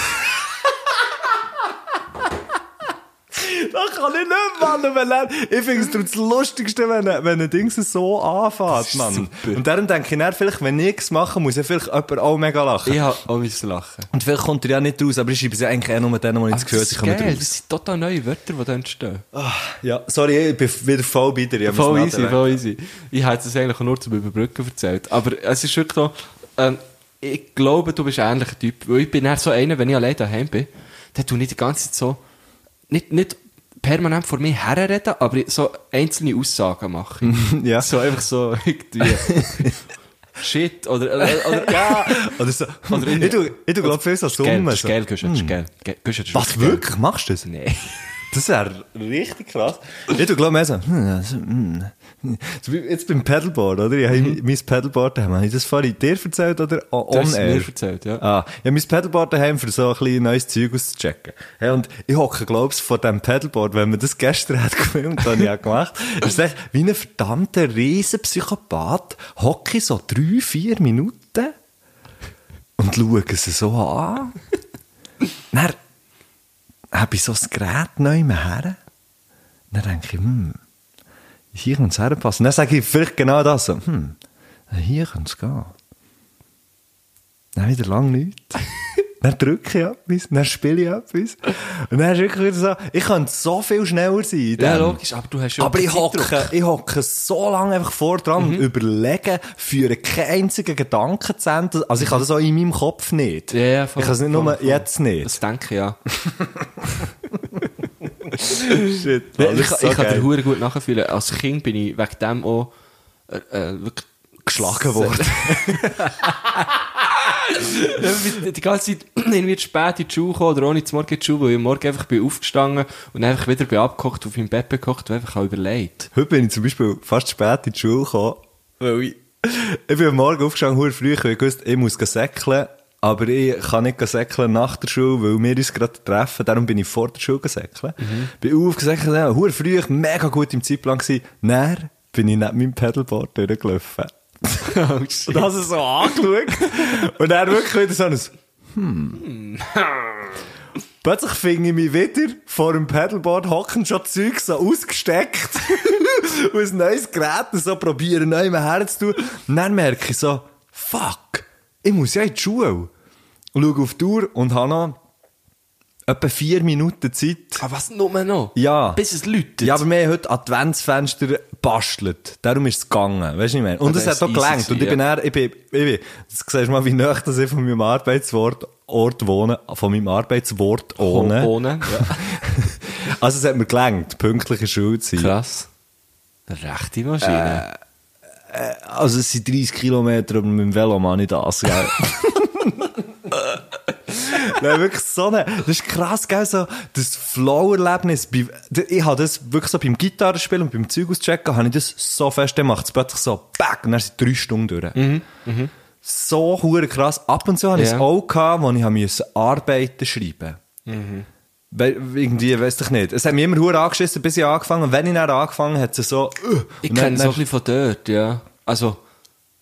S1: Das kann ich nicht, Mann. Und wenn er- Ich finde es darum das Lustigste, wenn ein, wenn ein Ding so anfängt,
S5: ist
S1: Mann.
S5: super.
S1: Und darum denke ich, dann, vielleicht, wenn ich es mache, muss ja vielleicht jemand auch mega lachen.
S5: Ich habe auch müssen lachen.
S1: Und vielleicht kommt er ja nicht raus, aber ich schreibe es ja eigentlich auch nur denen, die ich das Gefühl habe, sie
S5: ist
S1: kommen
S5: geil,
S1: raus. Ah,
S5: das sind total neue Wörter, die da entstehen.
S1: Ja, sorry, ich bin wieder voll bei dir. Ich muss
S5: Voll
S1: noch
S5: easy,
S1: anlegen.
S5: voll easy. Ich hätte es eigentlich nur zum Überbrücken erzählt. Aber es ist wirklich so, ähm, ich glaube, du bist ein ähnlicher Typ. Weil ich bin eher so einer, wenn ich allein daheim bin, dann tue ich die ganze Zeit so, nicht, nicht permanent vor mir herreden, aber ich- so einzelne Aussagen mache.
S1: Ja.
S5: So einfach so, irgendwie. Shit, oder, oder, oder ja.
S1: Oder so.
S5: Oder irgendwie-
S1: ich tue, ich tue glaube viel so
S5: Geil,
S1: Summen.
S5: das ist
S1: so. Hm.
S5: geil, Güsche, das ist geil. Ge- Güsche, das ist
S1: Was,
S5: geil.
S1: wirklich? Machst du das?
S5: Nein.
S1: Das wäre richtig krass. Ich tue glaube mehr so. hm, ja, so, hm. So wie Jetzt beim Pedalboard, oder? Ich habe mein Pedalboard daheim. Habe ich das vorhin dir erzählt oder Oh, on
S5: Mhm. Du hast es
S1: air?
S5: mir erzählt, ja.
S1: Ah, ich habe mein Pedalboard daheim, für so ein bisschen neues Zeug auszuchecken. Hey, und ich hocke, glaube ich, vor diesem Pedalboard, wenn man das gestern hat gefilmt, habe ich auch gemacht, ist echt wie ein verdammter Riesenpsychopath, hocke ich so drei, vier Minuten und schaue es so an. Dann habe ich so das Gerät neu her. Dann denke ich, hm, hier könnte es herpassen. Dann sage ich vielleicht genau das, so, hm, hier könnte es gehen. Dann wieder lang nichts. dann drücke ich etwas, dann spiele ich etwas. Und dann ist wirklich wieder so, ich könnte so viel schneller sein. in
S5: Ja,
S1: dem.
S5: logisch, aber du hast ja
S1: Aber
S5: den
S1: ich
S5: Zeitdruck. Mhm.
S1: hocke, ich hocke so lange einfach vor dran und überlege, führe keinen einzigen Gedanken zu Ende. Also ich habe das auch in meinem Kopf nicht.
S5: Mhm. Ja, ja, voll,
S1: ich kann es nicht
S5: voll,
S1: nur
S5: voll.
S1: jetzt nicht.
S5: Das denke ich, ja.
S1: Shit,
S5: Nein, ich, ich kann den Huren gut nachfühlen. Als Kind bin ich wegen dem auch äh, äh, wirklich
S1: geschlagen worden.
S5: Irgendwie die ganze Zeit irgendwie zu spät in die Schule gekommen oder ohne zum Morgen in die Schule, weil ich am Morgen einfach bin aufgestanden und einfach wieder bin abgekocht, auf meinem Bett bin gekocht und einfach auch überlegt.
S1: Heute bin ich zum Beispiel fast spät in die Schule gekommen, weil ich, ich bin am Morgen aufgestanden, hure früh, weil ich wusste, ich muss gehen säckeln, aber ich kann nicht gehen säckeln nach der Schule, weil wir uns gerade treffen, darum bin ich vor der Schule gesäckelt. Bin aufgesäckelt, ja, hure früh, mega gut im Zeitplan gewesen, dann bin ich neben meinem Pedalboard durchgelaufen.
S5: oh,
S1: Und habe es so angeschaut und dann wirklich wieder so ein hm. Plötzlich finde ich mich wieder vor dem Pedalboard hocken, schon Zeug so ausgesteckt und ein neues Gerät so probieren, neu im Herz zu tun. Und dann merke ich so, fuck, ich muss ja in die Schule. Und schaue auf die Uhr und habe noch etwa vier Minuten Zeit.
S5: Aber Ah, was nur noch?
S1: Ja.
S5: Bis es läutet.
S1: Ja, aber wir haben heute Adventsfenster bastelt. Darum ist es gegangen. Weißt du, ich meine? Und
S5: Aber
S1: es
S5: es
S1: hat auch
S5: ist
S1: gelangt.
S5: easy
S1: Und ich bin eher, ich bin, ich bin, das siehst du mal, wie nahe dass ich von meinem Arbeitswort, Ort wohne, von meinem Arbeitswort ohne.
S5: Ohne. Ja.
S1: Also es hat mir gelangt, pünktliche Schule zu sein.
S5: Krass. Eine rechte Maschine.
S1: Also es sind 30 Kilometer, aber mit dem Velo mache ich das, gell? Nein, wirklich so eine, das ist krass, gell, so, das Flow-Erlebnis, bei- ich habe das wirklich so beim Gitarrespielen und beim Zeug auschecken, habe ich das so fest gemacht, es plötzlich so, back, und dann sind drei Stunden durch. So hure krass, ab und zu hatte ich
S5: Mhm, Ja.
S1: es auch, gehabt, wo ich habe müssen arbeiten schreiben
S5: Mhm.
S1: Weil, irgendwie, weiss ich nicht. Es hat mich immer hure angeschissen, bis ich angefangen habe. Wenn ich dann angefangen habe, hat es so... äh,
S5: ich
S1: und dann-
S5: kenne so ein
S1: dann-
S5: bisschen von dort, ja. Also,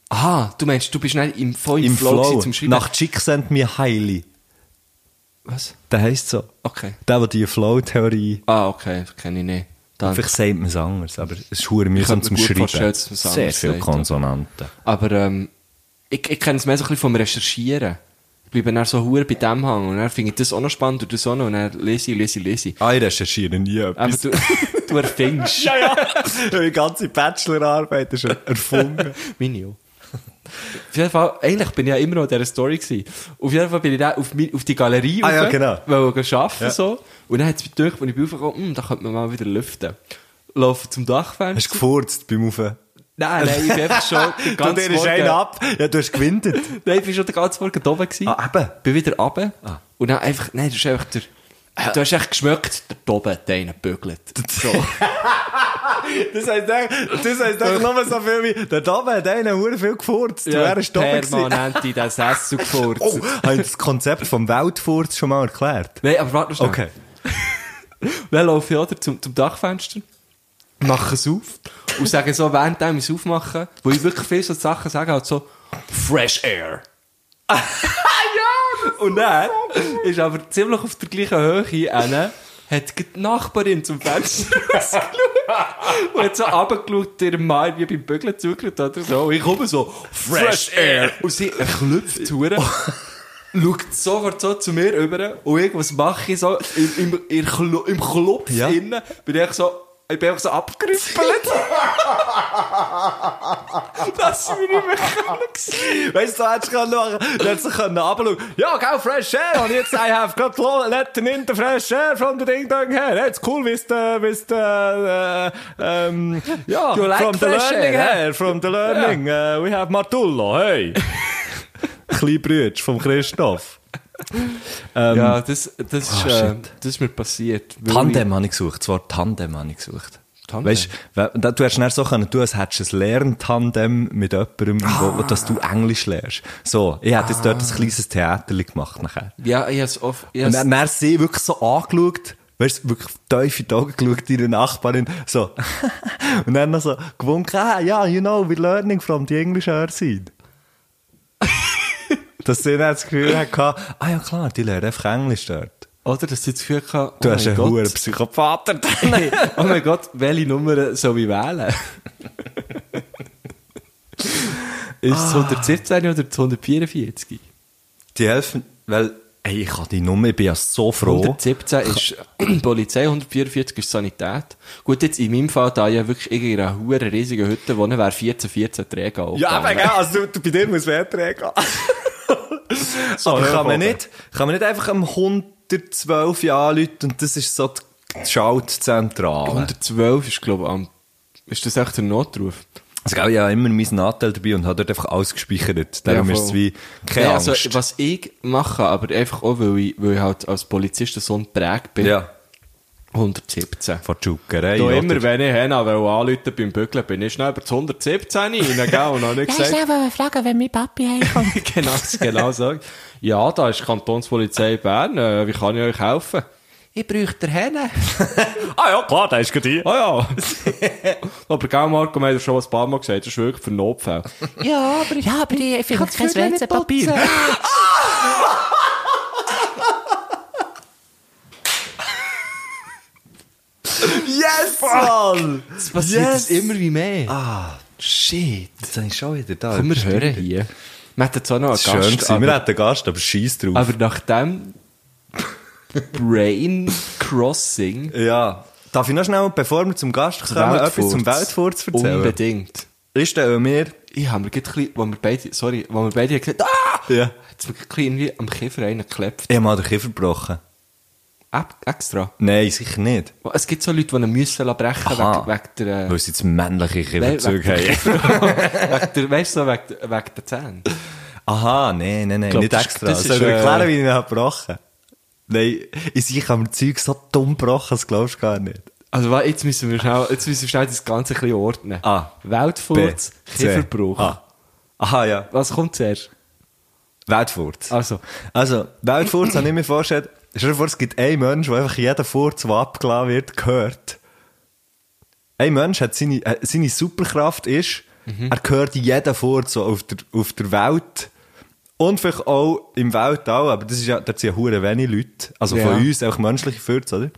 S5: aha, du meinst, du bist nicht im, voll im,
S1: im
S5: Flow,
S1: Flow.
S5: gewesen zum Schreiben.
S1: Nach Chick sind mir Heili.
S5: was?
S1: Der heisst so.
S5: Okay.
S1: Der, der die Flow-Theorie.
S5: Ah, okay, kenne ich nicht. Dann.
S1: Vielleicht sagt man es anders, aber es ist hure mühsam
S5: könnte
S1: zum
S5: mir gut
S1: Schreiben.
S5: vorstellen, dass man es
S1: Sehr
S5: anders
S1: viele
S5: sagt,
S1: Konsonanten.
S5: Aber ähm, ich, ich kenne es mehr so ein bisschen vom Recherchieren. bleibe dann so hure bei dem hängen. Und dann finde ich das auch noch spannend und das auch noch. Und dann lese ich, lese ich, lese ich.
S1: Ah, ich recherchiere nie
S5: Aber
S1: etwas.
S5: du, du erfindest. ja,
S1: Meine ganze Bachelorarbeit ist erfunden.
S5: Meine auch. Auf jeden Fall, eigentlich bin ich ja immer noch in dieser Story gewesen. Auf jeden Fall bin ich dann auf, mi- auf die Galerie
S1: Ah, ja, genau.
S5: weil wir arbeiten
S1: Ja.
S5: so. Und dann hat es mich gedacht, als ich bin aufgekommen, hm, da könnte man mal wieder lüften. Laufe zum Dachfenster.
S1: Hast du gefurzt beim Ufen?
S5: Nein, nein, ich bin einfach schon
S1: Du
S5: den ganzen
S1: dir ist
S5: Morgen...
S1: einer ab. Ja, du hast gewindet.
S5: Nein, ich bin schon den ganzen Morgen da oben gewesen.
S1: Ah, eben.
S5: Bin wieder runter. Und dann einfach... Nein, du hast einfach der... Du hast echt geschmeckt, der Tobe hat einen gebügelt. So.
S1: Das heisst, echt- das heisst echt nur so viel wie, der Dame hat einen Huren viel gefurzt. Du wärst oben gewesen.
S5: permanent in das Essen gefurzt.
S1: Oh, habe ich das Konzept vom Weltfurz schon mal erklärt?
S5: Nein, aber warte noch schnell.
S1: Okay.
S5: Dann laufe ich oder, zum, zum Dachfenster, mache es auf und sage so, während ich es aufmache, wo ich wirklich viel so Sachen sage, halt so, Fresh Air. ja! Und dann ist aber ziemlich auf der gleichen Höhe eine, hat gerade die Nachbarin zum Fenster rausgeschaut und hat so runtergeschaut, ihrem Mann wie beim Bügeln zugeschaut oder so. Und ich komme so, Fresh, Air. Und sie klüpft zu schaut sofort so zu mir rüber und ich, was mache ich so im, im, im, Klo, im Klopf
S1: Ja.
S5: innen, bin ich so, ich bin einfach so abgerüppelt. das ist mir nicht mehr können.
S1: Weißt du, du hättest können machen, du hättest können abschauen. Ja, genau, fresh air. Und jetzt, I have got lo- let in the fresh air from the ding dong her. That's cool, with the, with the, äh, ähm, ja,
S5: You like
S1: from the
S5: fresh
S1: learning
S5: air, eh?
S1: her, from the learning. äh, we have Martullo, hey. Klein Brütsch vom Christoph. Ähm,
S5: Ja, das, das, ist,
S1: Ah,
S5: äh,
S1: shit.
S5: das ist mir passiert. weil
S1: Tandem habe ich gesucht, das Wort Tandem habe ich gesucht.
S5: Tandem?
S1: Weißt, we- da- du hättest dann so können tun, als hättest du ein Lerntandem mit jemandem, wo, dass du Englisch lernst. So, ich hätte jetzt dort
S5: Ah.
S1: ein kleines Theater gemacht nachher.
S5: Ich, ja, ich hab's oft, ich
S1: Und
S5: hab's,
S1: dann, dann hat sie wirklich so angeschaut, weißt du, wirklich tief in die Augen geschaut, ihre Nachbarin, so. Und dann noch so gewunken, ah, ja, you know, we're learning from the English side. dass sie dann das Gefühl hatte, ah ja klar, die lernen einfach Englisch dort.
S5: oder, dass ich das Gefühl hatte,
S1: Du
S5: oh
S1: hast
S5: mein
S1: einen
S5: Gott.
S1: hohen Psychopathen.
S5: Hey, oh mein Gott, welche Nummer soll ich wählen? ist es 117 Ah. oder 144?
S1: Die helfen, weil, ey, ich habe die Nummer, ich bin ja so froh.
S5: 117 ist Polizei, 144 ist Sanität. Gut, jetzt in meinem Fall, da ich ja wirklich in einer hohen, riesigen Hütte wohne, wäre 14, 14 Träger auch.
S1: Ja, aber
S5: gegangen.
S1: gell, also du, du, bei dir muss wer trägen. Aber kann man, nicht, kann man nicht einfach am 112 Jahr Leute und das ist so die Schaltzentrale.
S5: 112 ist, glaube ich, am, ist das echt ein Notruf?
S1: Also, gell, ich habe immer meinen Nachteil dabei und habe dort einfach alles gespeichert. Darum
S5: Ja,
S1: ist es
S5: voll.
S1: wie keine
S5: Nein,
S1: Angst.
S5: Also, was ich mache, aber einfach auch, weil ich, weil ich halt als Polizist so ein Präg bin,
S1: ja,
S5: 117.
S1: von Juckerei.
S5: Da
S1: oder?
S5: immer, wenn ich Henna will anrufen beim Bügeln, bin ich schnell über das 117 rein, gell? Und noch nicht gesagt...
S2: Ich fragen, wenn mein Papi heimkommt.
S5: genau, genau so. Ja, da ist die Kantonspolizei Bern. Äh, wie kann ich euch helfen? Ich bräuchte den Henne.
S1: Ah ja, klar, da ist gerade hier.
S5: Ah ja. aber gell, Marco, wir haben das schon ein paar Mal gesagt, das ist wirklich für Notfälle.
S2: Ja, aber ich, ja, aber ich, ich finde kein WC-Papier.
S1: Yes, Mann!
S5: Das
S1: passiert immer
S5: wie mehr.
S1: Ah,
S5: shit.
S1: jetzt sind ich schon wieder da.
S5: Komm, wir
S1: Stimmt.
S5: hören hier. Wir hatten zwar noch einen
S1: Das war schön.
S5: Gast,
S1: gewesen. Wir
S5: aber, Also-
S1: hatten einen Gast, aber scheiß drauf.
S5: aber nach dem Brain Crossing
S1: Ja. Darf ich noch schnell, bevor wir zum Gast kommen, etwas zum Weltfurz erzählen?
S5: Unbedingt.
S1: Ich stelle mir...
S5: Ich habe mir gerade ein bisschen, wo wir beide, sorry, wo wir beide gesagt ah!
S1: Ja.
S5: Jetzt mir gerade irgendwie am Käfer einen geklebt.
S1: Ich habe mal den Kiefer gebrochen.
S5: Ab, extra.
S1: Nein, sicher nicht.
S5: Es gibt so Leute, die ihn müssen lassen brechen
S1: Aha.
S5: wegen, wegen der,
S1: Weil
S5: äh,
S1: sie jetzt männliche Kieferzüge haben.
S5: wegen der, weißt du, so, wegen, der- wegen der Zähne.
S1: Aha, nein, nein, nein,
S5: Glaub,
S1: nicht
S5: das-
S1: extra.
S5: das
S1: Soll ich
S5: ist,
S1: dir erklären,
S5: äh,
S1: wie ich ihn habe gebrochen Nein, ich, ich habe mir Zeug so dumm gebrochen, das glaubst du gar nicht.
S5: Also, wa- jetzt müssen wir schnell, jetzt müssen wir schnell das Ganze ein bisschen ordnen.
S1: A.
S5: Weltfurz,
S1: Ah. B, C, Ah.
S5: Käferbruch.
S1: A. Aha, ja.
S5: Was kommt zuerst?
S1: Weltfurz.
S5: Also.
S1: Also, Weltfurz habe ich mir vorgestellt, stell dir vor, es gibt einen Menschen, der einfach jeden Furz, der abgeladen wird, gehört. Ein Mensch hat seine, äh, seine Superkraft ist,
S5: Mhm.
S1: er gehört jeden Furz so auf der, auf der Welt. Und vielleicht auch im Weltall, aber das ist ja, dort sind ja hure wenige Leute. Also
S5: Ja.
S1: von uns, auch menschliche Furz, oder?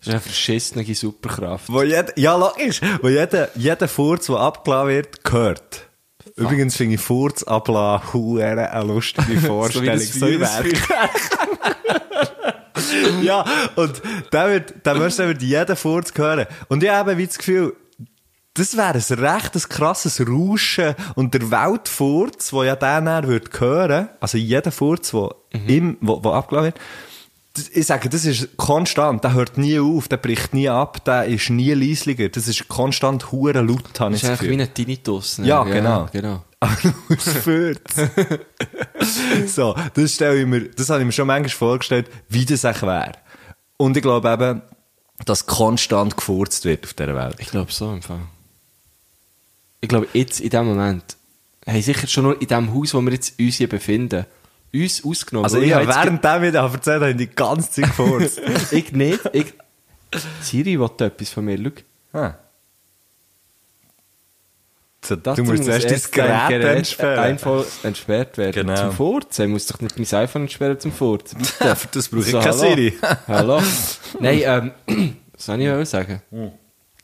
S5: Das ist eine verschissene Superkraft.
S1: Wo jeder, ja, logisch, wo jeder, jeder Furz, der abgeladen wird, gehört. Übrigens finde ich Furz ablassen huere eine lustige Vorstellung.
S5: So wie das
S1: ja, und da wird, da müsste wird jeder Furz hören. Und ich habe eben wie das Gefühl, das wäre ein recht ein krasses Rauschen. Und der Weltfurz, der ja den dann würde hören, also jeder Furz, der
S5: Mhm.
S1: im, wo, wo abgeladen wird, das- ich sage, das ist konstant, der hört nie auf, der bricht nie ab, der ist nie leisliger, das ist konstant hure laut, habe ich
S5: Das ist
S1: das
S5: eigentlich wie
S1: Gefühl.
S5: ein Tinnitus. ne?
S1: Ja, genau.
S5: genau.
S1: Ausführt. so, das stelle ich mir, das habe ich mir schon manchmal vorgestellt, wie das eigentlich wäre. Und ich glaube eben, dass konstant gefurzt wird auf dieser Welt.
S5: Ich glaube so im Fall. Ich glaube, jetzt in dem Moment, hey, sicher schon nur in dem Haus, wo wir jetzt uns hier befinden, uns ausgenommen.
S1: Also
S5: weil
S1: ich habe
S5: jetzt
S1: während dem wieder erzählt, habe ich die ganze Zeit gefurzt.
S5: ge- Ich nicht. Ich... Siri will etwas von mir, schau.
S1: ah. so, das
S5: Dazu
S1: du musst
S5: muss
S1: zuerst dein
S5: erst dein
S1: Gerät
S5: Gerät
S1: entsperren.
S5: einfach entsperrt werden.
S1: Genau.
S5: Zum Furzen. Ich muss doch nicht mein iPhone entsperren zum Furzen. Bitte.
S1: Für das brauche ich
S5: So,
S1: keine
S5: hallo.
S1: Siri.
S5: hallo. Nein, ähm, was soll ich wollen sagen?
S1: Hm.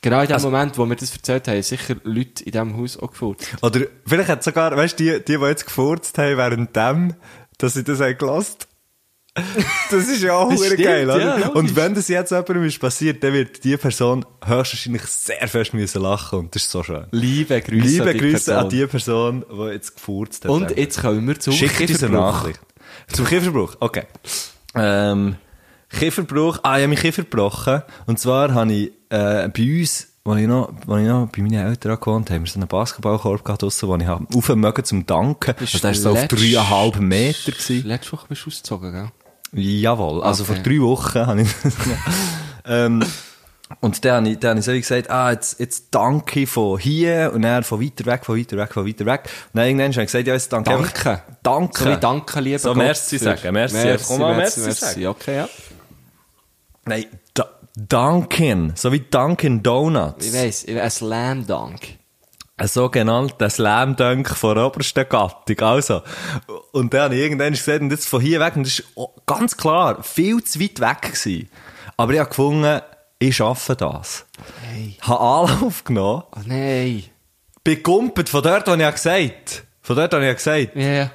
S5: Genau in dem
S1: Also
S5: Moment, wo wir das erzählt haben, haben sicher Leute in diesem Haus auch gefurzt.
S1: Oder vielleicht hat sogar, weißt du, die, die, die jetzt gefurzt haben, während dem, dass sie das haben gelost. Das ist ja auch
S5: Das
S1: hure
S5: stimmt,
S1: geil,
S5: ja,
S1: oder?
S5: logisch.
S1: und wenn das jetzt jemandem ist passiert, dann wird die Person höchstwahrscheinlich sehr fest müssen lachen und das ist so schön.
S5: Liebe Grüße
S1: Liebe
S5: an die
S1: Grüße
S5: Person.
S1: an die Person, die jetzt gefurzt hat.
S5: Und jetzt kommen wir zum
S1: Schickt uns eine
S5: Kifferbruch.
S1: Nachricht. Zum Kieferbruch, okay. Ähm, Kieferbruch, ah, ich habe meinen Kiefer gebrochen. Und zwar habe ich äh, bei uns, als ich, noch, als ich noch bei meinen Eltern gewohnt habe, haben wir so einen Basketballkorb gehabt draussen, wo ich habe aufmögen zum Danken.
S5: Bist
S1: Und der war Also, so auf
S5: letzt-
S1: dreieinhalb Meter. Gewesen.
S5: Letzte Woche bist du ausgezogen, gell?
S1: Jawohl, also
S5: Okay.
S1: vor drei Wochen habe ich ähm, Und dann habe ich, dann habe ich so wie gesagt, ah, jetzt, jetzt danke ich von hier und dann von weiter weg, von weiter weg, von weiter weg. Und dann irgendwann habe ich gesagt, ja, jetzt danke ich
S5: Danke.
S1: einfach- Danke.
S5: So wie danke, lieber
S1: So,
S5: Gott.
S1: merci
S5: für-
S1: sagen, merci. Komm mal, merci sagen.
S5: Okay, ja.
S1: Nein, da, Dunkin, so wie Dunkin
S5: Ich
S1: Donuts.
S5: weiss, ich weiss, ein Slam Dunk.
S1: Ein sogenannter Slam Dunk von der obersten Gattung. Also, und dann habe ich irgendwann gesagt, und jetzt von hier weg, und das ist oh, ganz klar viel zu weit weg gewesen. Aber ich habe gefunden, ich schaffe das.
S5: Hey.
S1: Habe Anlauf genommen,
S5: Oh nein.
S1: bin gumpet von dort, wo ich ja gesagt von dort habe ich ja gesagt,
S5: Ja, ja.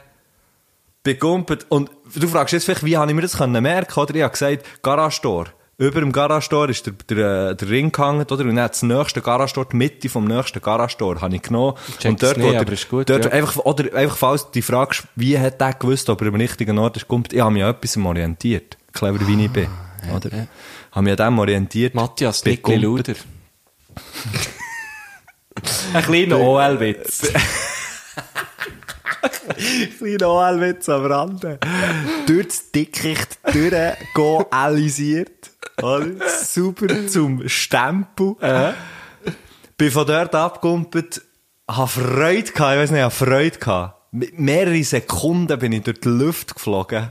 S1: bin gumpet. Und du fragst jetzt vielleicht, wie habe ich mir das können merken oder? Ich habe gesagt, Garagetor. Über dem Garagetor ist der, der, äh, der Ring gehangen, oder? Und dann das nächste Garagetor, die Mitte vom nächsten Garagetor, habe ich genommen.
S5: check
S1: und dort,
S5: es nicht,
S1: der-
S5: aber ist gut,
S1: dort
S5: ja.
S1: einfach, oder einfach, falls du dich fragst, wie hat der gewusst, ob er am richtigen Ort ist, gumpet, ich habe mich an etwas orientiert. Clever wie ich bin. Oder? Habe mich an dem orientiert.
S5: Ah, Matthias
S1: Bin
S5: Nickli
S1: gumpet.
S5: Luder. ein kleiner OL-Witz.
S1: Kleiner OL-Witz am Rande. Durch das Dickicht durchgehen, alisiert. Oder? Super zum Stempel. Äh? Bin von dort abgekumpelt, habe Freude gehabt, ich weiß nicht, habe Freude gehabt. Mit mehrere Sekunden bin ich durch die Luft geflogen.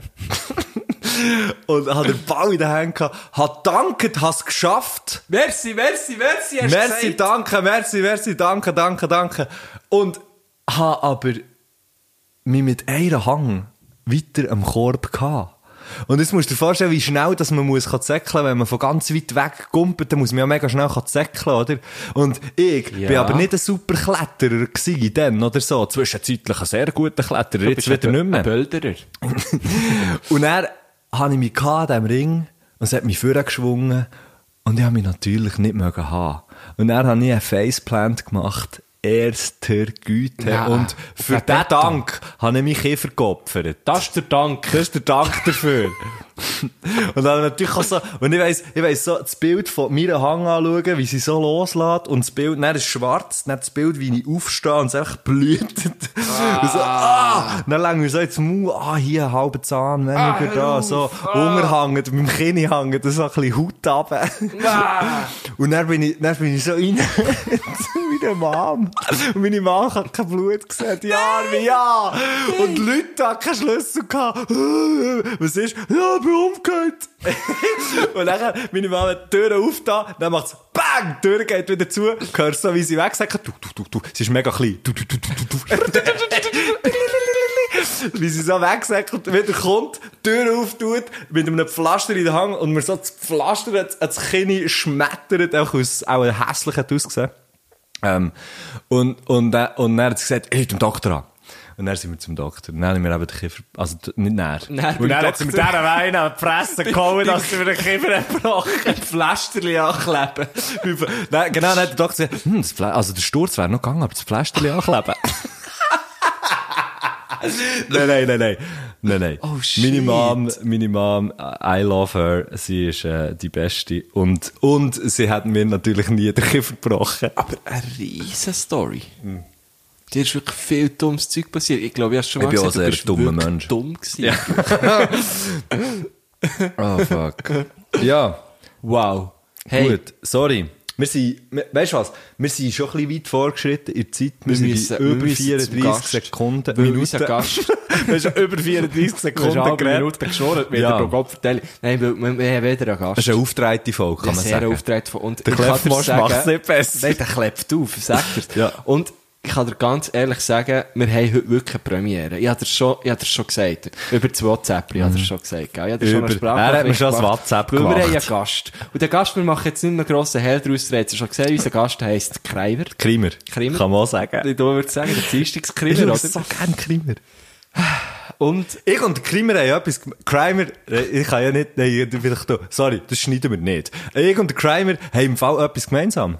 S1: Und habe den Ball in den Händen gehabt, habe danket, habe es geschafft.
S5: merci, merci, merci, hast
S1: Merci,
S5: gesagt.
S1: danke, merci, merci, danke, danke, danke. Und habe aber mich mit einem Hang weiter am Korb gehabt. Und jetzt musst du dir vorstellen, wie schnell dass man muss kann zäckeln kann. Wenn man von ganz weit weg kumpelt, dann muss man ja mega schnell kann zäckeln, oder? Und ich
S5: Ja.
S1: bin aber nicht ein super Kletterer gewesen, dann oder so. Zwischenzeitlich ein sehr guter Kletterer, jetzt wieder nicht mehr.
S5: Ein Bölderer.
S1: Und er hatte ich mich an diesem Ring und es hat mich vorgeschwungen und ich habe mich natürlich nicht mögen haben. Und er habe ich einen Faceplant gemacht. Erster Güte.
S5: Nein.
S1: Und für
S5: Wer
S1: diesen
S5: hat das
S1: Dank habe ich mich Käfer geopfert.
S5: Das ist der Dank.
S1: Das ist der Dank dafür. und dann natürlich auch so, und ich weiss, ich weiss so, das Bild von meiner Hang anschauen, wie sie so loslässt, und das Bild, dann ist schwarz, dann das Bild, wie ich aufstehe, und es einfach blühtet. Und so, ah! Und dann lang wir so jetzt, Mund, ah, hier, halber Zahn, weniger da, so, unterhangen, mit dem Kinn hängen, so ein bisschen Haut runter. und dann bin ich, dann bin ich so rein, zu meiner Mom. Und meine Mom hat kein Blut gesehen, die Arme, ja! Und die Leute haben keinen Schlüssel gehabt. Was ist? Ja, ich bin umgekehrt. Und dann, meine Mama hat die Tür aufgetan, dann macht's BANG! Die Tür geht wieder zu, hörst so, wie sie weg sagt, du, du, du, du, sie ist mega klein. Du, du, du, du, du, du. wie sie so wegsäckelt, wieder kommt, die Tür auftut, mit einem Pflaster in der Hand und mir so das Pflaster ans- ans Kinn schmettert, auch aus, auch hässlich hat ausgesehen. Ähm, und, und, äh, und dann hat sie gesagt, hey, zum Doktor an. Und dann sind wir zum Doktor. Und dann haben wir eben den Kiefer, also d- nicht näher.
S5: Nein,
S1: und
S5: beim
S1: dann hat sie mir den
S5: Doktor.
S1: Wein an die Fresse gehauen, dass sie mir den Kiefer gebrochen
S5: Ein Pflasterli ankleben.
S1: Beim- Nein, genau, dann hat der Doktor gesagt, hm, das Flä- also der Sturz wäre noch gegangen, aber das Fläschchen ankleben. nein, nein, nein, nein. Nein, nein.
S5: Oh, shit.
S1: meine Mom, meine Mom, I love her, sie ist äh, die Beste. Und, und sie hat mir natürlich nie den Kiefer gebrochen.
S5: Aber eine riesen Story.
S1: Hm.
S5: Dir ist wirklich viel dummes Zeug passiert. Ich glaube, ich habe schon
S1: Ich
S5: mal
S1: bin auch
S5: du
S1: ein sehr
S5: bist
S1: dummer
S5: wirklich
S1: Mensch.
S5: dumm gewesen.
S1: Oh, fuck. ja.
S5: Wow. Ah, Hey,
S1: Gut, sorry. Wir sind, we- weißt du was, wir sind schon ein bisschen weit vorgeschritten in der Zeit. Wir,
S5: Wir
S1: sind
S5: müssen-
S1: bei
S5: wir
S1: über
S5: müssen zum
S1: 34
S5: Gast.
S1: Sekunden,
S5: Weil unser Gast-
S1: wir sind über 34 Sekunden geredet.
S5: geschworen,
S1: wieder pro
S5: Gott verteilt. Nein, wir, wir, wir haben weder einen Gast.
S1: Das ist eine auftreite Folge, kann
S5: Ein
S1: man
S5: sehr
S1: sagen.
S5: Auftritt von, und
S1: Der
S5: ich kann dir
S1: Kleffmarsch
S5: sagen-
S1: macht's nicht besser.
S5: Nein, der klebt auf, sagt er's.
S1: Ja.
S5: Und ich kann dir ganz ehrlich sagen, wir haben heute wirklich eine Premiere. Ich habe dir schon, ich habe dir schon gesagt, über das WhatsApp, ich
S1: Mm.
S5: habe dir schon gesagt, gell? Ich habe dir schon
S1: Über-
S5: eine Sprachnachricht
S1: er hat mir schon das
S5: gemacht,
S1: WhatsApp
S5: weil
S1: gemacht.
S5: Wir haben einen Gast. Und der Gast, wir machen jetzt nicht mehr grossen Hehl draus, du hast es schon gesehen, unser Gast heisst Kreiber.
S1: Krimer.
S5: Krimer.
S1: Kann man auch sagen.
S5: Du würdest sagen, der
S1: Ich
S5: Dienstagskrimer,
S1: schaue
S5: oder?
S1: so gerne Krimer.
S5: Und,
S1: Ich und der Krimer haben ja etwas gem- Krimer, äh, ich kann ja nicht, nein, ich- vielleicht da, sorry, das schneiden wir nicht. Ich und der Krimer haben im Fall etwas gemeinsam.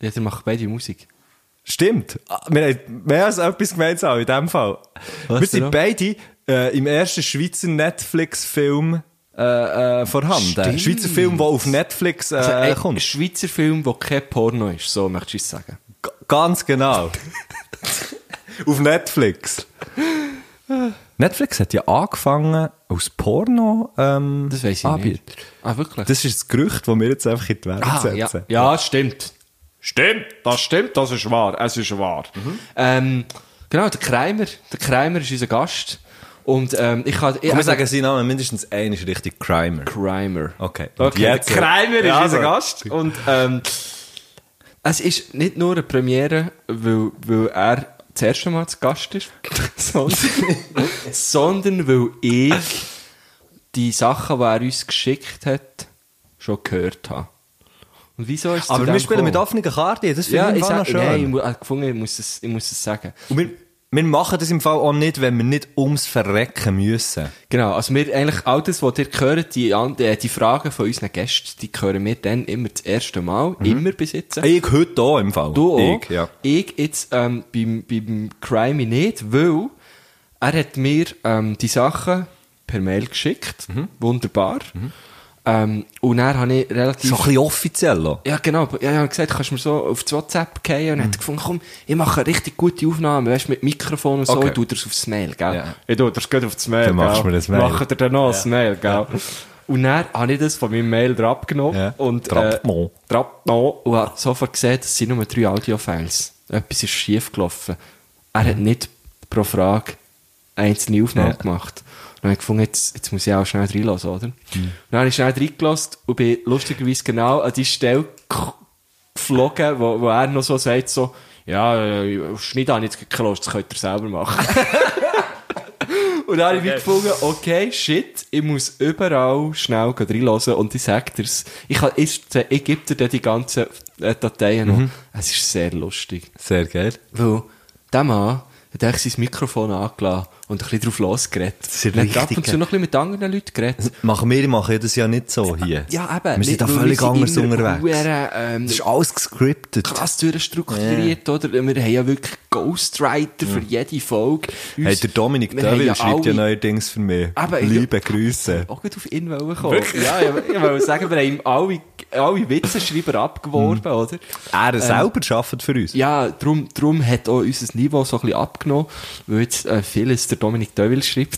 S5: ja, der macht beide Musik.
S1: Stimmt. Ah, Wir haben mehr als etwas gemeinsam in dem Fall.
S5: Was
S1: wir sind
S5: denn?
S1: beide äh, im ersten Schweizer Netflix-Film äh, äh, vorhanden.
S5: Stimmt.
S1: Schweizer Film, der auf Netflix äh,
S5: Also, ein
S1: kommt.
S5: Schweizer Film, der kein Porno ist, so möchtest du es sagen.
S1: G- ganz genau. auf Netflix.
S5: Ah.
S1: Netflix hat ja angefangen aus Porno. Ähm,
S5: Das weiß ich
S1: Anbieter.
S5: nicht. Ah, wirklich?
S1: Das ist das Gerücht, das wir jetzt einfach in die Welt
S5: Ah, ja.
S1: setzen.
S5: ja, stimmt. Stimmt, das stimmt, das ist wahr, es ist wahr. Ähm, genau, der Kreimer, der Kreimer ist unser Gast. Und ähm, ich kann... Ich,
S1: Ich muss sagen, sein Name mindestens ein ist richtig Crimer.
S5: Kreimer.
S1: Okay. Und
S5: okay der
S1: jetzt- äh,
S5: Kreimer ist
S1: Ja,
S5: unser
S1: also.
S5: Gast. Und ähm, es ist nicht nur eine Premiere, weil, weil er das erste Mal zu Gast ist, sondern, sondern weil ich die Sachen, die er uns geschickt hat, schon gehört habe. Und wieso ist es zu
S1: Aber
S5: dem
S1: wir spielen mit
S5: gekommen?
S1: offenen Karten. Das finde
S5: Ja,
S1: ich,
S5: ich
S1: ich noch
S5: sag,
S1: schön.
S5: nein, ich, mu- ich, gefunden, ich, muss es, ich muss es sagen.
S1: Und wir, wir machen das im Fall auch nicht, wenn wir nicht ums Verrecken müssen.
S5: Genau, also wir eigentlich all das, was ihr hört, die, an- äh, die, die Fragen von unseren Gästen, die hören wir dann immer das erste Mal,
S1: Mhm.
S5: immer bis jetzt.
S1: Ich heute auch im Fall.
S5: Du auch.
S1: Ich, ja.
S5: Ich jetzt ähm, beim, beim Crimey nicht, weil er hat mir ähm, die Sachen per Mail geschickt. Wunderbar. Ähm, und dann habe ich relativ...
S1: So ein bisschen offiziell auch.
S5: Ja, genau. aber Ich habe gesagt, kannst du mir so auf das WhatsApp gehen und er hat gefunden, komm, ich mache eine richtig gute Aufnahme, weißt du, mit Mikrofon und so,
S1: Okay.
S5: ich tue das aufs Mail, gell?
S1: Ja.
S5: Ich tue das geht auf das Mail,
S1: Dann machst du mir das Mail.
S5: Mach dir dann noch das Mail, gell? Und dann habe ich das von meinem Mail drauf genommen
S1: Ja.
S5: und, äh,
S1: Drabgenommen.
S5: drabgenommen und habe sofort gesehen, das sind nur drei Audio-Files. Etwas ist schief gelaufen. Er hat nicht pro Frage einzelne Aufnahmen
S1: Ja.
S5: gemacht. Und dann habe ich gefunden, jetzt, jetzt muss ich auch schnell reinlassen, oder?
S1: Mhm.
S5: Und dann habe ich schnell reingelassen und bin lustigerweise genau an die Stelle k- geflogen, wo, wo er noch so sagt, so, ja, äh, Schneiden habe ich jetzt keine Lust, das könnt ihr selber machen. und dann habe ich wie gefunden, okay, shit, ich muss überall schnell gehen reinlassen und ich sage dir's. Ich, habe, ich, ich gebe dir dann die ganzen äh, Dateien noch.
S1: Mhm.
S5: Es ist sehr lustig.
S1: Sehr geil.
S5: Weil der Mann hat eigentlich sein Mikrofon angelassen und ein bisschen drauf losgeredet.
S1: ist ja
S5: Und hat ab
S1: richtig,
S5: und zu
S1: ja.
S5: noch ein bisschen mit anderen Leuten geredet.
S1: Machen wir machen das ja nicht so hier.
S5: Ja, eben.
S1: Mhm. Wir sind da
S5: Weil
S1: völlig
S5: wir
S1: anders
S5: immer
S1: unterwegs.
S5: verdammt, ähm,
S1: Das ist alles gescriptet.
S5: krass durchstrukturiert, oder? Wir haben ja wirklich Ghostwriter für jede Folge. Uns-
S1: Mhm. Hey, der Dominik
S5: wir haben
S1: Döll schreibt ja
S5: alle-
S1: neuerdings für mich.
S5: Aber ich- Oh.
S1: Liebe Grüße.
S5: auch gut auf ihn wollen kommen. Ja, ich, ich wollte sagen, wir haben ihm alle, alle Witzenschreiber abgeworben, oder?
S1: Er
S5: Ähm.
S1: selber arbeitet für uns.
S5: Ja, drum, drum hat auch unser Niveau so ein bisschen abgenommen, weil jetzt äh, vieles der Dominik Döwil schreibt.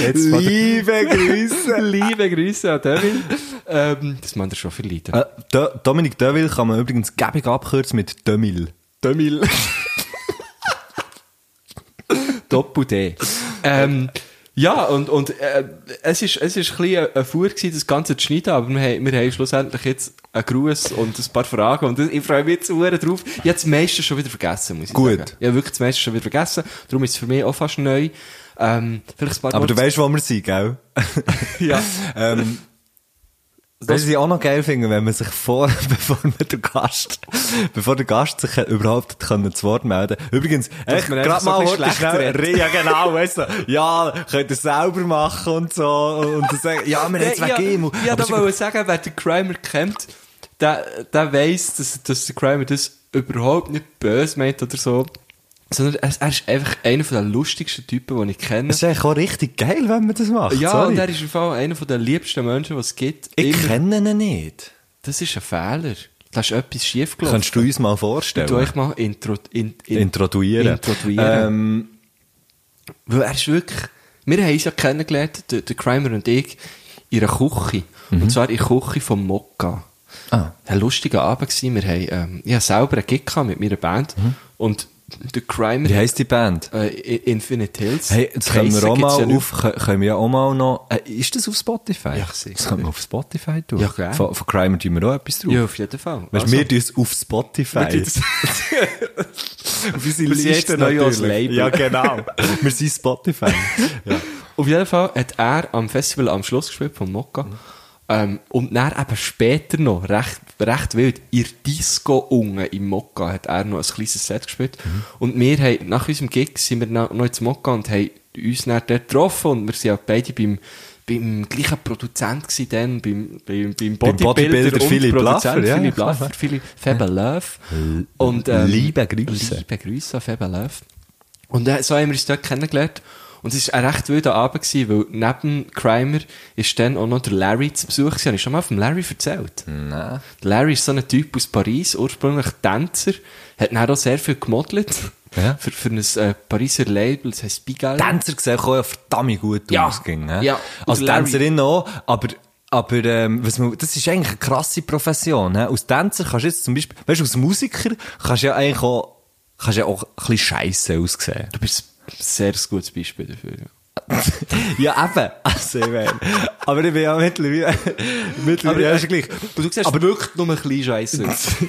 S1: Jetzt von der- Liebe Grüße.
S5: Liebe Grüße an Devin. ähm, das muss er schon verleiden.
S1: Äh, Do- Dominik Deville kann man übrigens gäbig abkürzen mit Dömil.
S5: Dömil. Doppel-D. Ähm, ja, und, und äh, es war es ist ein bisschen eine Fuhr, gewesen, das Ganze zu schneiden, aber wir haben, wir haben schlussendlich jetzt einen Gruß und ein paar Fragen und ich freue mich jetzt sehr drauf. Ich habe das meiste schon wieder vergessen, muss ich
S1: Gut.
S5: sagen. Ich habe wirklich das meiste schon wieder vergessen, darum ist es für mich auch fast neu. Ähm, vielleicht ein paar
S1: Aber du
S5: Worte-
S1: weißt, wo wir sind, gell?
S5: ja.
S1: ähm, Das ist auch noch geil finden, wenn man sich vor, bevor man der Gast, bevor der Gast sich überhaupt können zu Wort melden. Übrigens, echt,
S5: man
S1: gerade
S5: einfach so
S1: mal
S5: ein
S1: so
S5: bisschen schlecht
S1: schnell,
S5: redet.
S1: ja genau, weißt du, ja, könnt ihr selber machen und so, und dann sagen, ja, wir haben jetzt wegen ihm.
S5: Ja,
S1: Aber
S5: da
S1: es-
S5: wollte ich sagen, wer den Grimer kennt, der, der weiss, dass, dass der Grimer das überhaupt nicht böse meint oder so. Sondern er, er ist einfach einer der lustigsten Typen, die ich kenne.
S1: es ist eigentlich auch richtig geil, wenn man das macht.
S5: Ja,
S1: sorry.
S5: und er ist im Fall einer der liebsten Menschen, die es gibt.
S1: ich
S5: Immer-
S1: kenne ihn nicht.
S5: Das ist ein Fehler. Da ist etwas schiefgelaufen.
S1: Kannst du uns mal vorstellen?
S5: Du euch mal intro, in, in,
S1: introduieren.
S5: introduieren.
S1: Ähm,
S5: Weil er ist wirklich... Wir haben uns ja kennengelernt, der, der Crimer und ich, in einer Küche. Und zwar in der Küche vom Mokka.
S1: Mhm. Ah.
S5: Ein lustiger Abend gewesen. Wir haben, ähm, ich hab selber einen Gig gehabt mit meiner Band.
S1: Mhm.
S5: Und der Crimer...
S1: wie heisst die Band?
S5: Äh, I- Infinite Hills.
S1: Hey, jetzt können wir
S5: Kaiser
S1: auch
S5: gibt's
S1: mal
S5: ja
S1: auf, kö- können wir auch mal noch, äh, ist das auf Spotify?
S5: Ja, sicher.
S1: Das können wir auf Spotify tun.
S5: Ja, klar.
S1: Von, von Crime tun wir auch etwas drauf.
S5: nicht. Ja, auf jeden Fall.
S1: Weißt,
S5: Also,
S1: wir tun es auf Spotify.
S5: wir tun das-
S1: auf unsere
S5: wir sind jetzt neu als Label.
S1: Ja, genau. wir sind Spotify. ja.
S5: Auf jeden Fall hat er am Festival am Schluss gespielt von Mokka.
S1: Mhm.
S5: Ähm, und dann eben später noch, recht, recht wild, in der Disco unten im Mokka hat er noch ein kleines Set gespielt.
S1: Mhm.
S5: Und wir haben, nach unserem Gig sind wir noch, noch ins Mokka und haben uns dann dort getroffen und wir sind auch beide beim, beim gleichen Produzent gewesen dann, beim, beim, beim Bodybuilder,
S1: Bodybuilder
S5: und
S1: Philipp
S5: Produzent
S1: Laffer, ja,
S5: Philipp
S1: klar.
S5: Laffer, Philipp Faber Love. Und, ähm,
S1: Liebe Grüße.
S5: Liebe Grüße an Faber Love. Und äh, so haben wir uns dort kennengelernt. Und es war ein recht wilder Abend, gewesen, weil neben Crimer ist dann auch noch der Larry zu Besuch. gewesen. Habe ich schon mal vom Larry erzählt? Nein. Larry ist so ein Typ aus Paris, ursprünglich Tänzer, hat dann auch sehr viel gemodelt.
S1: Ja.
S5: Für, für ein äh, Pariser Label, das heisst Bigal.
S1: Tänzer sehen auch ja verdammt gut
S5: Äh. Ja.
S1: aus. Ging, ne?
S5: Ja. Und
S1: Als
S5: Larry-
S1: Tänzerin auch, aber, aber ähm, was man, das ist eigentlich eine krasse Profession. Ne? Als Tänzer kannst du jetzt zum Beispiel, weißt du, als Musiker kannst du ja eigentlich auch, kannst du ja auch ein bisschen scheiße aussehen.
S5: Du bist ein sehr gutes Beispiel dafür. Ja.
S1: ja, eben. Also, ich meine, aber ich bin ja mittlerweile, mittlerweile ja, ist ja gleich.
S5: Aber äh, du siehst
S1: Aber-
S5: wirklich nur ein bisschen scheiße.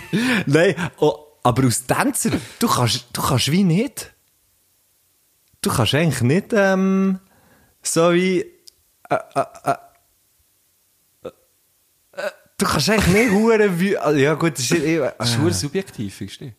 S1: Nein, oh, aber als Tänzer, du kannst, du kannst wie nicht. Du kannst eigentlich nicht ähm, so wie. Äh, äh, äh, äh, äh, du kannst eigentlich nicht hure wie. also, Ja, gut, das ist. Ich, äh,
S5: Das ist verdammt subjektiv, ist nicht?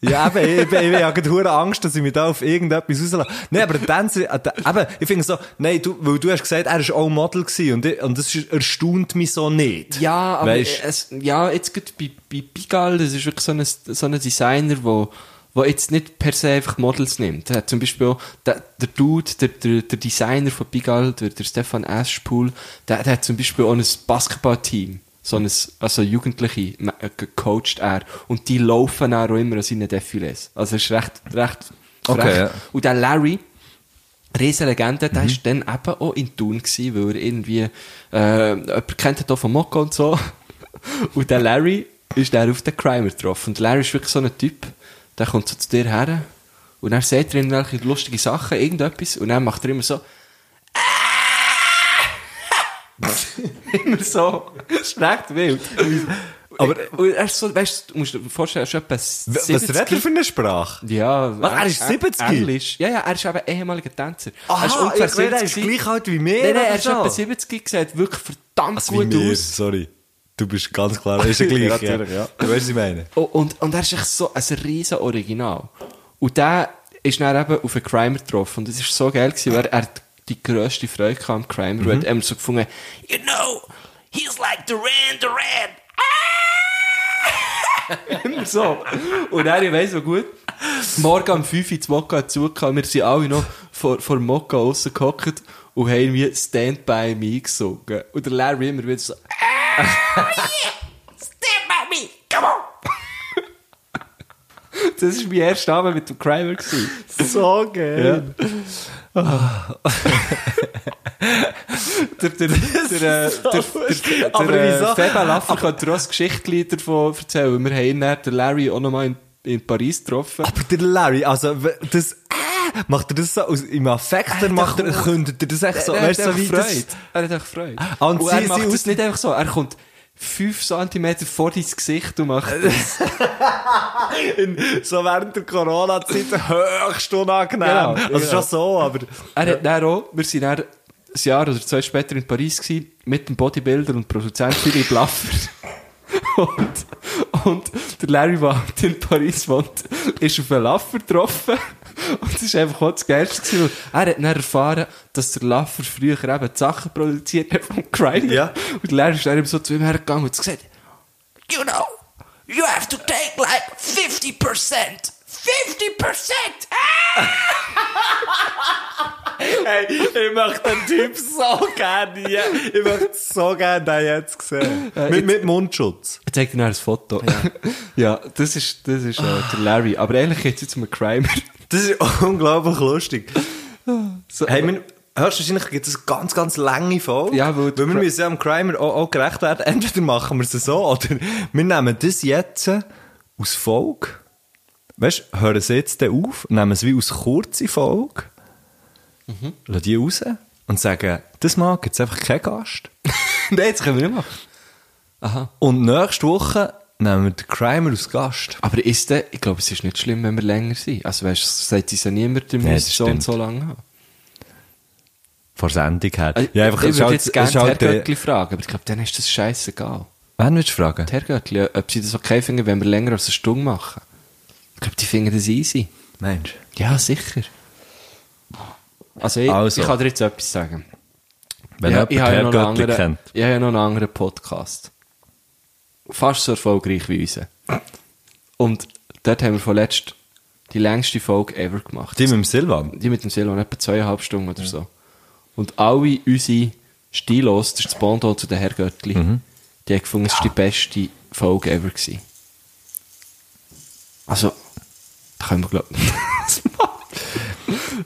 S1: ja, eben, ich, ich, ich, ich habe hure Angst, dass ich mich da auf irgendetwas rauslasse. Nein, aber der Tänzer, äh, der- eben, ich finde so, nein, du, weil du hast gesagt, er war auch Model gewesen und, ich, und das ist- erstaunt mich so nicht.
S5: Ja, aber
S1: Weisst-
S5: es, ja, jetzt geht bei, bei Pigalle, das ist wirklich so ein, so ein Designer, wo, wo jetzt nicht per se einfach Models nimmt. Er hat zum Beispiel auch der, der Dude, der, der, der Designer von Pigalle, der, der Stefan Aschpool, der, der hat zum Beispiel auch ein Basketballteam. So ein, also Jugendliche ma- äh, gecoacht er. Und die laufen dann auch immer an seinen Defiles. Also es ist recht, recht frech.
S1: Okay, ja. Mhm.
S5: Und der Larry, Riesenlegende, der war dann eben auch in Thun, gewesen, weil er irgendwie, äh, jemand kennt ihn hier von Mokka und so. Und der Larry ist dann auf den Crimer getroffen. Und Larry ist wirklich so ein Typ, der kommt so zu dir her und dann sagt er irgendwelche lustige Sachen, irgendetwas, und dann macht er immer so, immer so, das ist recht wild.
S1: Aber-
S5: und er ist so, weißt du, du musst dir vorstellen, er ist etwa
S1: Was redet er für eine Sprache?
S5: ja,
S1: Was, er ist 70?
S5: Englisch. Ja, ja, er ist eben ehemaliger Tänzer. er ist
S1: Aha,
S5: ungefähr
S1: ich meine, er
S5: 70.
S1: ist gleich alt wie mir,
S5: Nein, nein,
S1: oder
S5: er ist
S1: so.
S5: etwa 70, sieht wirklich verdammt
S1: Also
S5: gut
S1: wie mir,
S5: aus.
S1: sorry. Du bist ganz klar, ist ja gleich.
S5: Ja,
S1: ja,
S5: natürlich, ja.
S1: Du weißt, was ich meine.
S5: Oh, und, und er ist echt so ein riesen Original. Und der ist dann eben auf einen Crimer getroffen. Und es war so geil, gewesen, weil er hat die grösste Freude hatte am Crimer. Und hat immer so gefunden, you know, he's like Duran Duran. Ah!" immer so. Und er, ich weiss noch gut, morgen um 5 Uhr zu Mokka zugekommen. Wir sind alle noch vor, vor Mokka rausgehockt und haben wie Stand By Me gesungen. Und der Larry immer wieder so, das war mein erster Abend mit dem Crimer. gewesen.
S1: So geil.
S5: der, der, der, äh, der, der, der,
S1: Aber
S5: der
S1: wieso?
S5: äh, Fabian Laffer kann dir auch das Geschichtlieder davon erzählen. Wir haben ihn dann, den Larry auch nochmal in, in Paris getroffen.
S1: Aber der Larry, also w- das äh, macht er das so aus, im Affekt,
S5: hat
S1: dann macht er,
S5: doch-
S1: könnte er das echt so, weißt du, so wie
S5: Freude.
S1: das,
S5: Er hat einfach Freude.
S1: Ah, und
S5: und er
S1: sie-
S5: macht
S1: sie aus-
S5: das nicht einfach so. Er kommt 5 cm vor dein Gesicht und macht das.
S1: in, so während der Corona-Zeit höchst unangenehm.
S5: Genau,
S1: also
S5: genau.
S1: schon so, aber
S5: er hat dann auch, wir sind dann ein Jahr oder zwei später in Paris gewesen, mit dem Bodybuilder und Produzent Philipp Laffer. Und, und der Larry, der halt in Paris wohnt, ist auf einen Laffer getroffen. Und das war einfach auch das Geilste. Gewesen, weil er hat dann erfahren, dass der Laffer früher eben die Sachen produziert hat vom Crime.
S1: Ja.
S5: Und der Larry ist dann eben so zu ihm hergegangen und hat gesagt,
S2: You know, you have to take like 50%. 50%!
S1: Hey, ich möchte den Typ so gerne hier. Ich möchte so gerne den Äh, jetzt sehen. Mit, mit Mundschutz.
S5: Er zeigt dir dann ein Foto. Ja, das ist, das ist äh, der Larry. Aber eigentlich geht es jetzt um einen Crimer.
S1: Das ist unglaublich lustig. Hey, wir, hörst du, wahrscheinlich gibt es eine ganz, ganz lange Folge.
S5: Ja, weil
S1: weil
S5: die
S1: wir
S5: Fra-
S1: müssen ja am Crimer auch, auch gerecht werden. Entweder machen wir es so oder wir nehmen das jetzt aus Folge. Weißt du, hören es jetzt dann auf, nehmen es wie aus kurze Folge,
S5: Mhm.
S1: lassen die raus und sagen, das Mal gibt es einfach keinen Gast.
S5: Nein, jetzt können wir nicht machen.
S1: Und nächste Woche nehmen wir den Crimer als Gast.
S5: Aber ist der, ich glaube, es ist nicht schlimm, wenn wir länger sind. Also weißt du, sagt uns ja niemand, ihr
S1: Nein,
S5: müsst
S1: das
S5: so und
S1: stimmt.
S5: so lange haben.
S1: Vor Sendung her.
S5: Also,
S1: einfach,
S5: ich
S1: es ist
S5: würde
S1: halt-
S5: jetzt gerne
S1: es ist halt
S5: die
S1: der-
S5: Herrgöttli fragen, aber ich glaube, dann ist das scheißegal.
S1: Wen willst du fragen?
S5: Die Herrgöttli, äh, ob sie das okay finden, wenn wir länger als eine Stunde machen. Ich glaube, die finden das easy.
S1: Mensch.
S5: Ja, sicher. Also ich,
S1: Also.
S5: ich kann dir jetzt etwas sagen.
S1: Wenn
S5: ja,
S1: jemand
S5: ich habe ja noch einen
S1: Herrgöttli
S5: anderen,
S1: kennt.
S5: Ich habe ja noch einen anderen Podcast. Fast so erfolgreich wie unser. Und dort haben wir vorletzt die längste Folge ever gemacht.
S1: Die mit dem Silvan.
S5: Die mit dem Silvan, etwa zweieinhalb Stunden oder so. Und alle unsere Stilos, das ist das Bondo zu den Herrgöttli,
S1: Mhm.
S5: die haben gefunden,
S1: Ah.
S5: es war die beste Folge ever. Gewesen. Also, da können wir, glaube ich,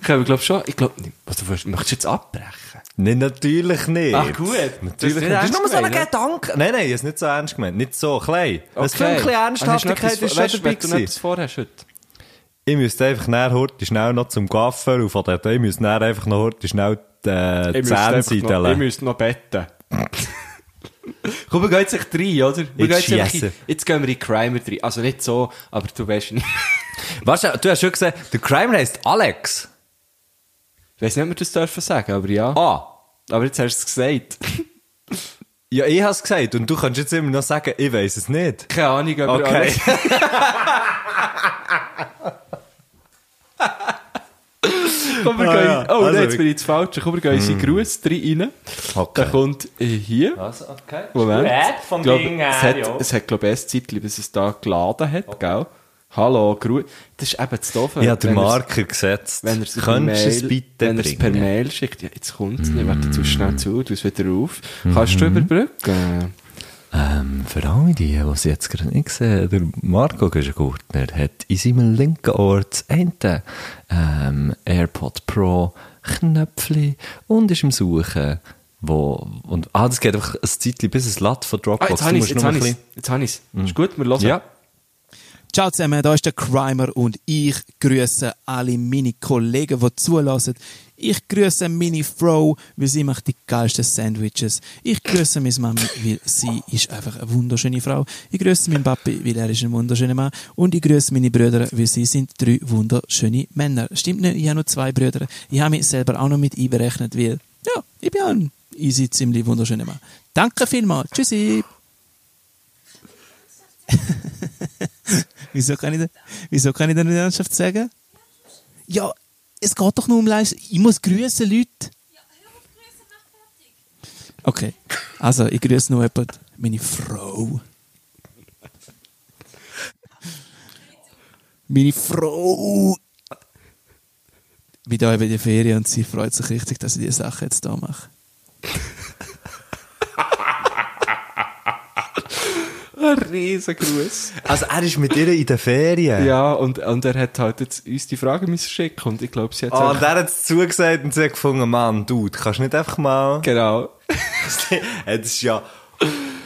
S5: können wir, glaube schon, ich glaube, was du willst, möchtest du jetzt abbrechen?
S1: Nein, natürlich nicht.
S5: Ach, gut. Das ist
S1: Natürlich
S5: nicht
S1: nicht. Das ist
S5: ernst
S1: nur so ein
S5: gemeint, ne?
S1: Gedanke. Nein, nein, ich habe es nicht so ernst gemeint. Nicht so klein. Das
S5: Okay.
S1: Fünkchen Ernsthaftigkeit
S5: Hast du noch
S1: ist schon
S5: etwas-
S1: dabei
S5: weißt du, wenn du noch etwas
S1: gewesen.
S5: vorhast heute.
S1: Ich müsste einfach nachher heute schnell noch zum Gaffer und von dort ich müsste nachher einfach noch heute schnell die äh, Zähne seideln.
S5: müsste noch betten. Komm, wir gehen jetzt echt rein, oder? Wir
S1: Jetzt
S5: gehen jetzt, einfach
S1: schiessen.
S5: in, jetzt gehen wir in Crimer rein. Also nicht so, aber du weißt nicht.
S1: Weißt du, du hast schon gesehen, der Crime heisst Alex.
S5: Ich weiß nicht, ob wir das dürfen sagen, aber ja.
S1: Ah.
S5: Aber jetzt hast du es gesagt.
S1: Ja, ich habe es gesagt. Und du kannst jetzt immer noch sagen, ich weiß es nicht.
S5: Keine Ahnung, aber
S1: Okay.
S5: Komm, wir
S1: Ah,
S5: gehen,
S1: ja.
S5: oh
S1: Also,
S5: nein,
S1: wir-
S5: jetzt
S1: Mm.
S5: bin ich jetzt falsch. Komm, wir gehen in seinen Gruß rein.
S1: Okay.
S5: Der kommt äh, hier.
S1: Also, okay.
S5: Moment.
S1: Spät vom
S5: Ich glaube,
S1: Ding
S5: es
S1: her,
S5: hat,
S1: ja.
S5: Es hat, glaube ich, erst Zeit, bis es da geladen
S1: Oh.
S5: hat, gell? Hallo, Gruß. Das ist eben zu doof.
S1: Ich habe den
S5: wenn er's-
S1: Marker gesetzt.
S5: Wenn er es
S1: Könntest du es bitte
S5: wenn er es per
S1: bringen?
S5: Mail schickt, ja, jetzt kommt es nicht, warte zu schnell zu, du es wieder auf. Kannst du
S1: Mhm.
S5: überbrücken?
S1: Ähm, für alle die, die es jetzt gerade nicht sehen, der Marco Güschengurtner hat in seinem linken Ohr das eine ähm, AirPod Pro Knöpfli und ist im Suchen, wo, und, ah, das geht einfach ein Zeitchen bis es Latt von
S5: Ah,
S1: Dropbox.
S5: jetzt habe ich es,
S1: musst
S5: jetzt
S1: nur
S5: habe
S1: ein Mhm.
S5: ich es. Jetzt habe ich's. Ist gut, wir hören.
S1: Ja.
S6: Ciao zusammen, da ist der Crimer und ich grüße alle meine Kollegen, die zulassen. Ich grüße meine Frau, weil sie macht die geilsten Sandwiches. Ich grüße meine Mami, weil sie ist einfach eine wunderschöne Frau. Ich grüße meinen Papi, weil er ist ein wunderschöner Mann. Und ich grüße meine Brüder, weil sie sind drei wunderschöne Männer. Stimmt nicht, ich habe nur zwei Brüder. Ich habe mich selber auch noch mit einberechnet, weil, ja, ich bin auch ein easy, ziemlich wunderschöner Mann. Danke vielmals. Tschüssi. Wieso kann ich denn, wieso kann ich denn nicht ernsthaft sagen? Ja, es geht doch nur um Leistung. Ich muss grüßen, Leute. Okay, also ich grüße nur jemanden, meine Frau. Meine Frau! Ich bin da eben in der Ferien und sie freut sich richtig, dass ich diese Sache jetzt hier mache.
S5: Ein Ah, Riesengruß.
S1: Also, er ist mit ihr in den Ferien.
S5: Ja, und, und er hat halt jetzt uns die Frage müssen schicken und ich glaube, sie hat
S1: Ah, und
S5: einfach-
S1: er hat es zugesagt und sie hat gefunden, Mann, Dude, kannst du nicht einfach mal...
S5: Genau.
S1: Hey, das ist ja.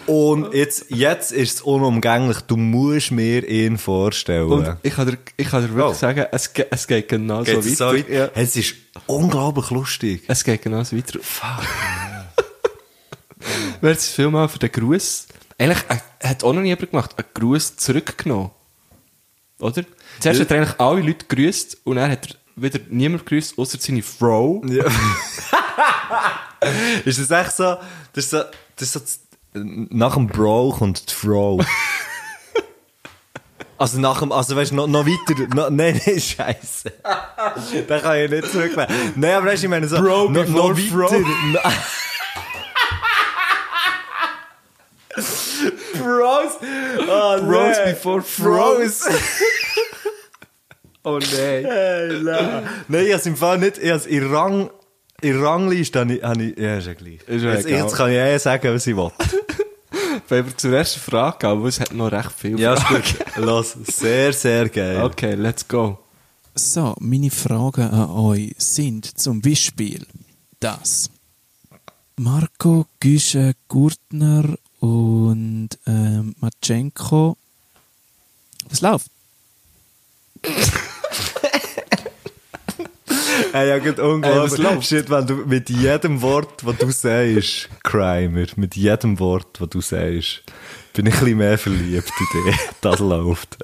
S1: Und jetzt, jetzt ist es unumgänglich. Du musst mir ihn vorstellen.
S5: Und ich kann dir, ich kann dir wirklich
S1: Oh.
S5: sagen, es, ge- es geht genau so
S1: Geht's
S5: weiter.
S1: so weit?
S5: Ja.
S1: Hey, Es ist unglaublich lustig.
S5: Es geht genau so weiter. Fuck. Merci vielmal für den Gruß. Eigentlich äh, hat auch noch nie jemand gemacht, einen Gruß zurückgenommen. Oder? Zuerst hat er eigentlich alle Leute gegrüßt und dann hat er wieder niemand gegrüßt, außer seine Frau.
S1: Ja. Ist das echt so? Das ist so, das ist so das- nach dem Bro kommt die Frau. Also nach dem, also weißt du, noch, noch weiter, noch, nein, nein, scheiße. Da kann ich nicht zurücknehmen. Nein, aber weißt du, ich meine so, Bro, noch, noch weiter. no- Bros, oh,
S5: Bros
S1: nee.
S5: before
S1: Bros.
S5: Oh nein.
S1: Hey, nein. Nein, ich hab's im Fall nicht. Ich hab's in Rang, in Rangliste habe ich, habe ich, ja, ist ja gleich.
S5: Ist ja
S1: jetzt,
S5: egal.
S1: jetzt kann ich eh sagen, was ich will.
S5: Wenn wir zur ersten Frage gehen, aber es hat noch recht viel.
S1: Ja, ist gut. Los, sehr, sehr geil.
S5: Okay, let's go.
S6: So, meine Fragen an euch sind zum Beispiel das. Marco Güsche Gurtner und ähm, Matschenko. Was läuft?
S1: Hey, dus ja, gut,
S5: was
S1: unglaublich.
S5: läuft?
S1: Shit, wenn du mit jedem Wort, was du sagst, Crimer, mit jedem Wort, was du sagst, bin ich ein bisschen mehr verliebt in dich. Das läuft.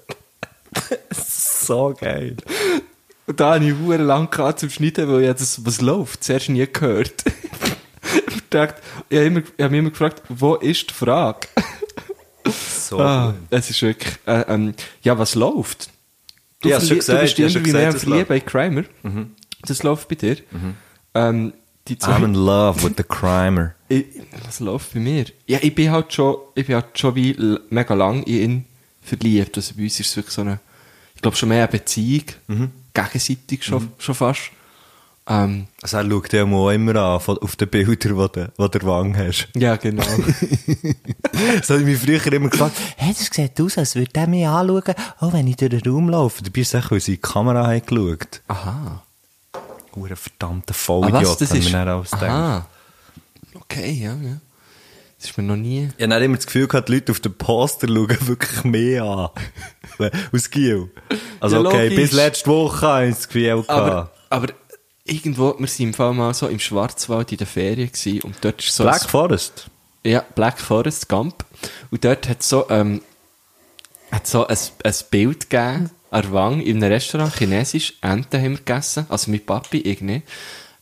S1: so geil.
S5: Und da habe ich sehr lang gehabt zum Schneiden, weil ich das, was läuft, zuerst nie gehört. ich dachte, ich habe, immer, ich habe mich immer gefragt, wo ist die Frage?
S1: So
S5: Ah, es ist wirklich, äh, ähm, ja, was läuft? Du,
S1: Ich hab's schon
S5: verli- du
S1: gesagt,
S5: bist
S1: ich hab's schon
S5: irgendwie
S1: gesagt,
S5: mehr am
S1: was
S5: Verlieben
S1: läuft.
S5: bei Kramer. Mhm. Das läuft bei dir. Ähm, die zwei,
S1: I'm in love with the Crimer.
S5: ich, was läuft bei mir? Ja, ich bin halt schon, ich bin halt schon wie l- mega lang in ihn verliebt. Also bei uns ist es wirklich so eine, ich glaube schon mehr eine Beziehung, gegenseitig schon, schon fast. Ähm,
S1: Also er schaut dir auch immer an, von- auf den Bildern, die du wo der Wang hast.
S5: ja, genau.
S1: Das habe ich mich früher immer gefragt. Hey, das sieht aus, als würde der mich anschauen, auch wenn ich durch den Raum laufe. Dabei ist es echt, weil sie in die Kamera haben geschaut.
S5: Aha.
S1: Hure verdammte
S5: Ah,
S1: Vollidiot,
S5: was, das
S1: hab ich
S5: ist?
S1: mir dann alles gedacht.
S5: Aha. Okay, ja, ja. Das ist mir noch nie...
S1: Ich habe dann immer das Gefühl gehabt, die Leute auf den Poster schauen wirklich mehr an. Aus Giel. Also
S5: Ja,
S1: okay,
S5: logisch.
S1: bis letzte Woche habe ich das Gefühl gehabt.
S5: Aber, aber irgendwo, wir waren im Fall mal so im Schwarzwald in der Ferien gewesen, und dort ist so...
S1: Black Forest.
S5: Ein, ja, Black Forest Camp. Und dort hat so, ähm, hat so ein, ein Bild gegeben, an der Wang, in einem Restaurant, chinesisch, Enten haben wir gegessen, also mit Papi irgendwie.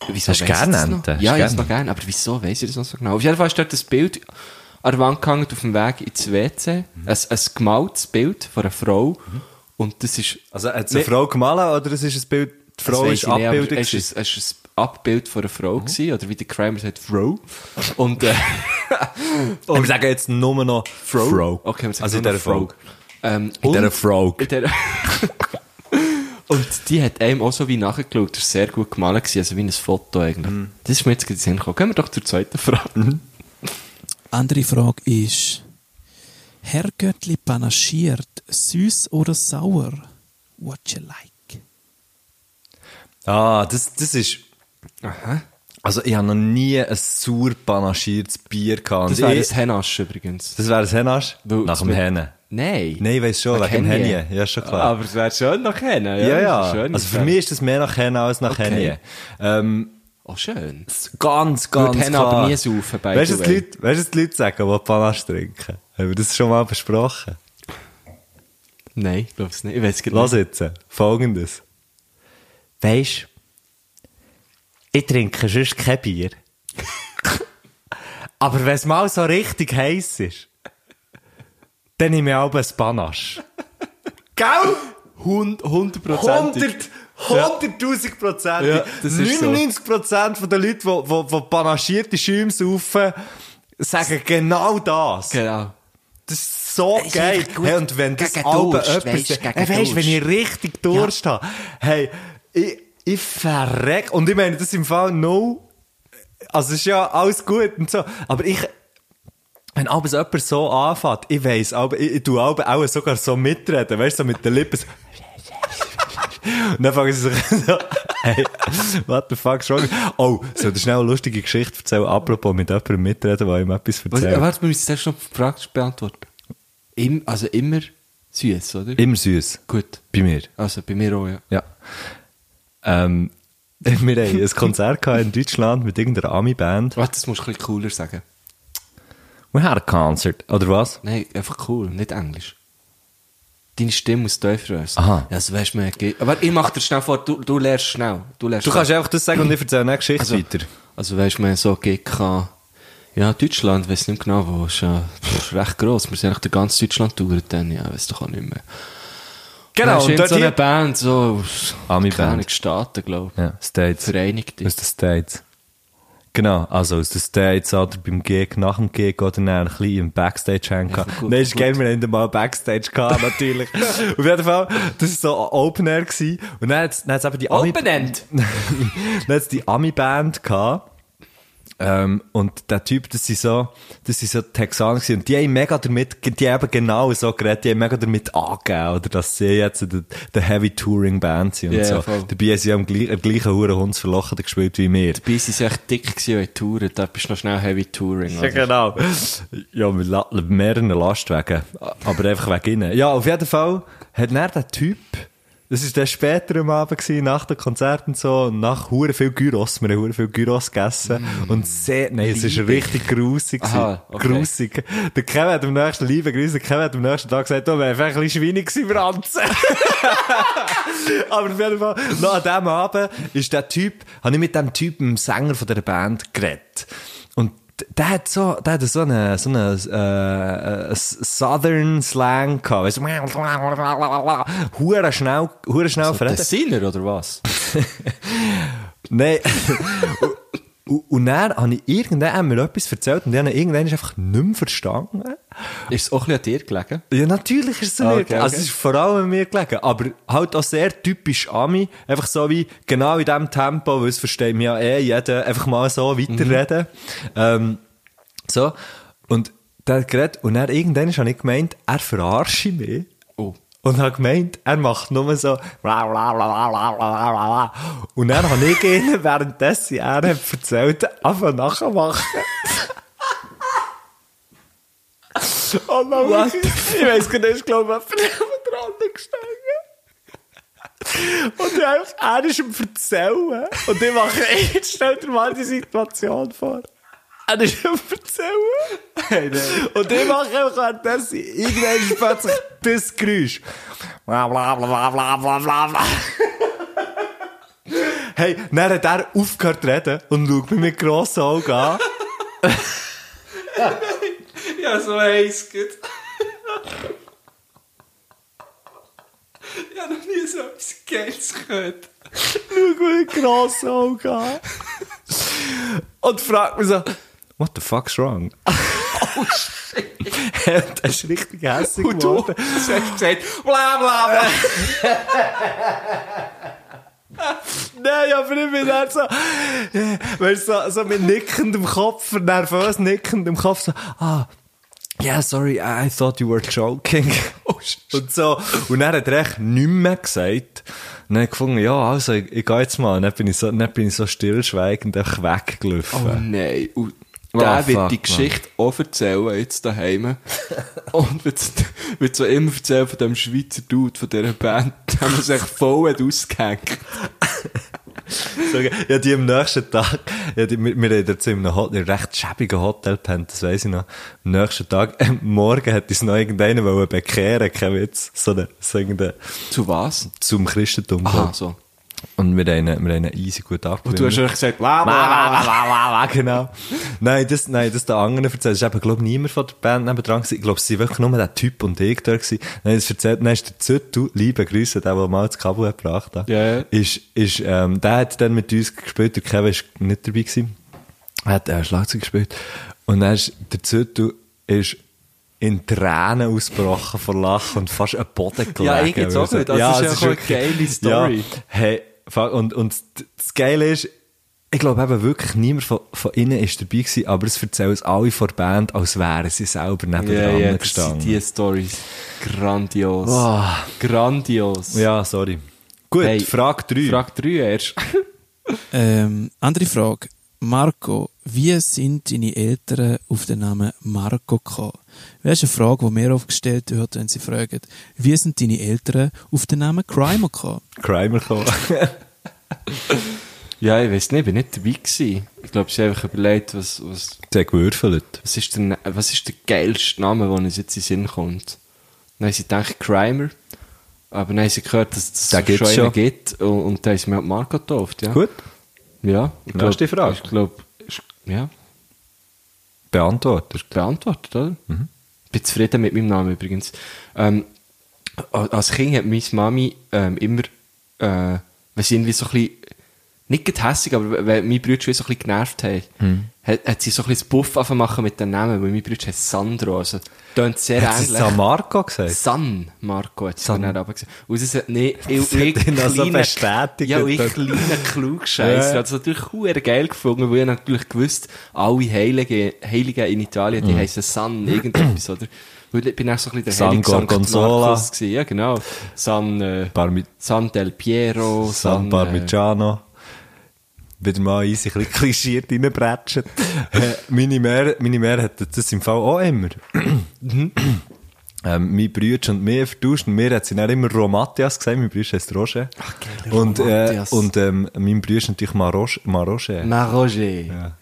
S5: Wieso
S1: Hast du
S5: weiss ich
S1: gerne
S5: das noch?
S1: Enten? Hast
S5: Ja,
S1: du
S5: ich hab's
S1: gerne?
S5: noch gerne, aber wieso weiss ich das noch so genau? Auf jeden Fall ist dort ein Bild an der Wand gehangen, auf dem Weg ins WC,
S1: Mhm.
S5: ein, ein gemaltes Bild von einer Frau, und das ist...
S1: Also hat es eine
S5: Nee.
S1: Frau gemalt oder es ist ein Bild, die
S5: Das
S1: Frau
S5: weiss
S1: ist
S5: ich nicht, aber
S1: abgebildet
S5: Es
S1: gewesen? Oh.
S5: ist, es ist ein Abbild von einer Frau gewesen, oder wie der Kramer sagt, Frau. Und, äh,
S1: Und wir sagen jetzt nur noch Frau.
S5: okay, wir sagen
S1: also in
S5: nur
S1: dieser
S5: noch
S1: Frau.
S5: Ähm,
S1: In
S5: und-
S1: dieser Frau.
S5: in der- Und die hat einem auch so wie nachgeschaut, das war sehr gut gemalt, gewesen, also wie ein Foto eigentlich.
S1: Hm.
S5: Das ist mir jetzt gerade in den Sinn gekommen. Gehen wir doch zur zweiten Frage.
S6: Andere Frage ist: Herrgöttli panaschiert, süß oder sauer? What you like?
S1: Ah, das, das ist... Also ich habe noch nie ein sauer panaschiertes Bier gehabt.
S5: Das
S1: Und
S5: wäre
S1: Also ich-
S5: ein Henasch übrigens.
S1: das wäre ein Henasch?
S5: Weil
S1: Nach
S5: das
S1: dem
S5: mit-
S1: Hennen.
S5: Nein. Ah,
S1: Nein, ich weiss schon,
S5: Nach
S1: wegen dem
S5: Henje.
S1: Henje. Ja, ist schon klar.
S5: Aber es wäre schön nach Hennen.
S1: Ja,
S5: das
S1: ja.
S5: ist schön.
S1: Also für
S5: Das
S1: mich
S5: wär-
S1: ist das mehr nach Hennen als nach
S5: Okay.
S1: Hennie. Ähm,
S5: Auch Oh, schön.
S1: s- ganz, ganz
S5: Würde Henna
S1: klar.
S5: aber nie saufen, by
S1: weißt du,
S5: the
S1: was
S5: way.
S1: die Leute, weißt du, was die Leute sagen, die Panache trinken? Haben wir das schon mal besprochen?
S5: Nein, ich glaube es nicht. Ich weiß gar
S1: Lass
S5: nicht.
S1: jetzt. Folgendes. Weisst, ich trinke sonst kein Bier. aber wenn es mal so richtig heiß ist, dann nehme ich auch ein Panache. Gell?
S5: Hund- 100%.
S1: 100 100.000 Prozent.
S5: Ja, das ist so.
S1: 99 Prozent der Leute, die, die, die panaschierte Schäume saufen, sagen genau das.
S5: Genau.
S1: Das ist so
S2: ist
S1: geil. dus
S2: einfach gut
S1: Hey, und wenn das
S2: gegen
S1: Alben
S2: Durst,
S1: etwas...
S2: weisst,
S1: Hey,
S2: gegen
S1: weisst, wenn
S2: Durst.
S1: ich richtig Durst habe, hey, ich, ich verreck. Und ich meine, das ist im Fall no... Also es ist ja alles gut und so, aber ich... Wenn abends jemand so anfängt, ich weiss, aber ich, ich tue abends auch sogar so mitreden, weißt du, so mit den Lippen. so- Und dann fangen sie sich so, hey, what the fuck, schon. Oh, soll ich schnell eine lustige Geschichte erzählen, apropos mit jemandem mitreden, der ihm etwas
S5: Was,
S1: erzählt?
S5: warte, wir müssen erst noch die Frage beantworten. Im, also immer süß, oder?
S1: Immer süß.
S5: Gut.
S1: Bei mir.
S5: Also bei mir auch, ja.
S1: Ja. Ähm, wir haben ein Konzert gehabt in Deutschland mit irgendeiner Ami-Band.
S5: Warte, das musst du ein bisschen cooler sagen.
S1: We had a concert. Oder was?
S5: Nein, einfach cool, nicht Englisch. Deine Stimme muss tiefer raus.
S1: Aha.
S5: Ja, das weißt du mir. Aber ich mach dir schnell vor, du, du lernst schnell. Du lernst
S1: Du kannst
S5: schnell.
S1: einfach das sagen und ich erzähle eine Geschichte
S5: Also,
S1: weiter.
S5: Also weißt du, wir haben so GK. Ja, Deutschland, weiß nicht mehr genau wo, ist ja pff, recht gross. Wir sind eigentlich durch ganz Deutschland touren dann, ja, weiß doch auch nicht mehr.
S1: Genau,
S5: und
S1: und dort
S5: so eine
S1: hier...
S5: Band, so aus
S1: Ami-Band.
S5: keine Ahnung, Staaten, glaube ich.
S1: Ja, States.
S5: Vereinigte.
S1: Aus den States. Genau, also aus den States oder beim Gig, nach dem Gig oder dann ein bisschen im Backstage hängen.
S5: Ja, gut,
S1: Nein, ist
S5: gut.
S1: geil, wir haben mal Backstage gehabt, natürlich. Auf jeden Fall, das war so ein Open Air gewesen. Und dann hat's, dann hat's eben die Ami-
S5: Open End.
S1: dann hat's die Ami-Band gehabt. Ähm, und der Typ, das sind so, das sind so Texaner gewesen. Und die haben mega damit, die haben genau so geredet, die haben mega damit angegeben, oder, dass sie jetzt der, der Heavy Touring Band sind und
S5: Ja,
S1: so.
S5: voll.
S1: Dabei haben sie am gleichen, am gleichen Hurenhund verlochen gespielt wie wir.
S5: Dabei sind sie echt dick gewesen, die Touren. Da bist du noch schnell Heavy Touring.
S1: Ja,
S5: Also.
S1: genau. Ja, mit La mehreren Lastwagen. Aber einfach wegen innen. Ja, auf jeden Fall hat dann der Typ, das war dann dus später am Abend, gewesen, nach den Konzerten und so, und nach hure viel Gyros, wir haben hure viel Gyros gegessen. Und sehr, nein, es ist richtig grusig. gewesen.
S5: Aha, okay.
S1: Grusig. Der Kevin hat am nächsten, liebe Grüße, der Kevin hat am nächsten Tag gesagt, oh, wir haben einfach ein bisschen Schweine gewesen, Franz. Aber auf jeden Fall, noch an diesem Abend ist der Typ, habe ich mit dem Typen, dem Sänger von der Band, geredet. Und der hat so, der hat so einen so eine, äh, äh, Southern Slang gehabt. Weißt du, hure schnell, hure schnell
S5: Also
S1: verreden.
S5: Designer oder was?
S1: Nein. und, und dann habe ich irgendjemandem etwas erzählt und die haben irgendwann einfach nicht mehr verstanden.
S5: Ist es auch ein bisschen an dir gelegen?
S1: Ja, natürlich ist es
S5: Ah,
S1: mir.
S5: okay,
S1: Also,
S5: okay.
S1: es ist vor allem an mir gelegen. Aber halt auch sehr typisch Ami. Einfach so wie, genau in dem Tempo, weil es versteht mich ja eh jeder, einfach mal so weiterreden. Ähm, so. Und der hat geredet. Und dann irgendwann habe ich gemeint, er verarsche mich.
S5: Oh.
S1: Und habe gemeint, er macht nur so, bla, bla, bla, bla, bla, bla, bla, bla. Und dann habe ich ihn, währenddessen er hat erzählt, einfach nachmachen. Oh nein, ich weiß gar nicht, ich glaube, jemand dran gestanden. Und er, er ist am Erzählen. Und ich mache jetzt schnell dir mal die Situation vor. Er ist am Erzählen. Und ich mache einfach das, irgendwann ist plötzlich das Geräusch. Bla, bla, bla, bla, bla, bla, bla. Hey, dann hat er aufgehört zu reden und schaut mich mit grossen Augen an.
S5: Ja, so heiß geht. Ich habe noch nie so etwas Geiles gehört.
S1: Schau mit grossen Augen an. Und fragt mich so, what the fuck's wrong? Oh shit. Und er ist richtig hässlich
S5: Und du
S1: geworden.
S5: hast gesagt, bla bla bla.
S1: Nein, aber ich bin dann so, äh, weißt du, so, so mit nickendem Kopf, nervös nickendem Kopf, so, ah, yeah, sorry, I I thought you were joking. und so. Und dann hat er echt nichts mehr gesagt. Und dann habe ich gefunden, ja, also, ich, ich gehe jetzt mal. Und dann bin ich so, dann bin ich so stillschweigend einfach weggelaufen.
S5: Oh nein. Und
S1: Oh,
S5: der wird
S1: fuck,
S5: die Geschichte auch erzählen, jetzt daheim. Und wird, wird so immer erzählen von dem Schweizer Dude, von dieser Band, der haben wir sich voll hat ausgehängt.
S1: sagen. Ja, die am nächsten Tag, ja, die, wir, wir haben dazu in einem, Hot- in einem recht schäbigen Hotel gepennt, das weiss ich noch. Am nächsten Tag, am morgen hat uns noch irgendeiner wollen bekehren, kein Witz, so eine, so irgendeine,
S5: Zu was?
S1: zum Christentum.
S5: Aha,
S1: kommen.
S5: so.
S1: Und wir haben, ihn- wir haben ihn easy gut
S5: Und du hast
S1: abgewinnen.
S5: eigentlich gesagt, bla bla
S1: Wa,
S5: bla.
S1: wa, wa, wa, wa, genau. Nein, das, nein, das der andere erzählt. Das ist eben, glaube niemand von der Band neben dran gewesen. Ich glaube, es waren wirklich nur der Typ und ich da gewesen. Nein, das erzählt, nein, ist der Züttu, liebe Grüße, der, der mal das Kabel hat gebracht hat.
S5: Ja, ja.
S1: Ist, ist, ähm, der hat dann mit uns gespielt, der Kevin ist nicht dabei gewesen. Er hat äh, Schlagzeug gespielt. Und dann ist, der Züttu ist in Tränen ausgebrochen vor Lachen und fast am Boden gelegen.
S5: ich jetzt auch
S1: Also,
S5: nicht. Das ist
S1: es
S5: ja auch eine
S1: wirklich-
S5: geile Story.
S1: Hey, fuck, und, und das Geile ist, ich glaube eben wirklich, niemand von, von innen ist dabei gewesen, aber es erzählen es alle von der Band, als wären sie selber neben
S5: Ja,
S1: dran
S5: ja, das sind
S1: gestanden.
S5: die Stories. Grandios.
S1: Ah.
S5: Grandios.
S1: Ja, sorry. Gut,
S5: Hey,
S1: Frage 3.
S5: Frage 3 erst.
S6: Ähm, andere Frage. Marco, wie sind deine Eltern auf den Namen Marco gekommen? Das ist eine Frage, die mir oft gestellt wird, wenn sie fragen, wie sind deine Eltern auf den Namen Crimer gekommen?
S1: Crimer kommen.
S5: ja, ich weiß nicht, ich bin nicht dabei gewesen. Ich glaube, sie haben einfach überlegt, was, was,
S1: Sie haben gewürfelt.
S5: was, ist der, Na- was ist der geilste Name, der uns jetzt in den Sinn kommt. Dann haben sie gedacht, Crimer. Aber dann haben sie gehört, dass es
S1: Den gibt's
S5: schon
S1: schon.
S5: einen gibt. Und, und dann haben sie mir halt Marco getauft, ja.
S1: Gut.
S5: Ja. ich glaub-
S1: Nächste Frage.
S5: Ich glaube, Ja,
S1: beantwortet.
S5: beantwortet, oder?
S1: Mhm.
S5: Ich bin zufrieden mit meinem Namen übrigens. Ähm, a- als Kind hat meine Mami ähm, immer, äh, wenn sie irgendwie so ein bisschen, nicht gerade hässig, aber wenn- wenn meine Brüder schon so ein bisschen genervt haben,
S1: Mhm.
S5: hat, hat sie so ein bisschen das Buff angefangen machen mit den Namen, weil mein Brüder heißt Sandro, also tönt sehr
S1: Hat sie
S5: ähnlich.
S1: San Marco gesagt?
S5: San Marco hat es
S1: San.
S5: dann aber gesagt. Und sie sagt, nee, ich,
S1: hat
S5: ich
S1: ihn also
S5: kleiner-
S1: bestätigt.
S5: Ja, und ich kleiner Klugscheißer.
S1: Ja.
S5: Ja. Hat es natürlich huere geil gefunden, weil ich natürlich gewusst, alle Heiligen, Heiligen in Italien, die heißen San irgendetwas, oder? Und ich bin auch so ein bisschen der
S1: Mm. San
S5: heilige Sankt
S1: Gorgonzola.
S5: Markus gewesen. Ja, genau. San, äh,
S1: Parmi
S5: San del Piero.
S1: San
S5: Äh,
S1: Parmigiano. Wieder mal easy, ein bisschen klischiert reinbretschen. Äh, meine Mär, meine Mär hat das im Fall auch immer. ähm, mein Bruder und mir vertauscht. Und mir hat sie dann immer Romatias gesagt. Mein Bruder heißt Roger. Ach,
S5: geil,
S1: Und, äh,
S5: Romatias.
S1: und ähm, mein Bruder ist natürlich Maroche. Maroche.
S5: Maroger.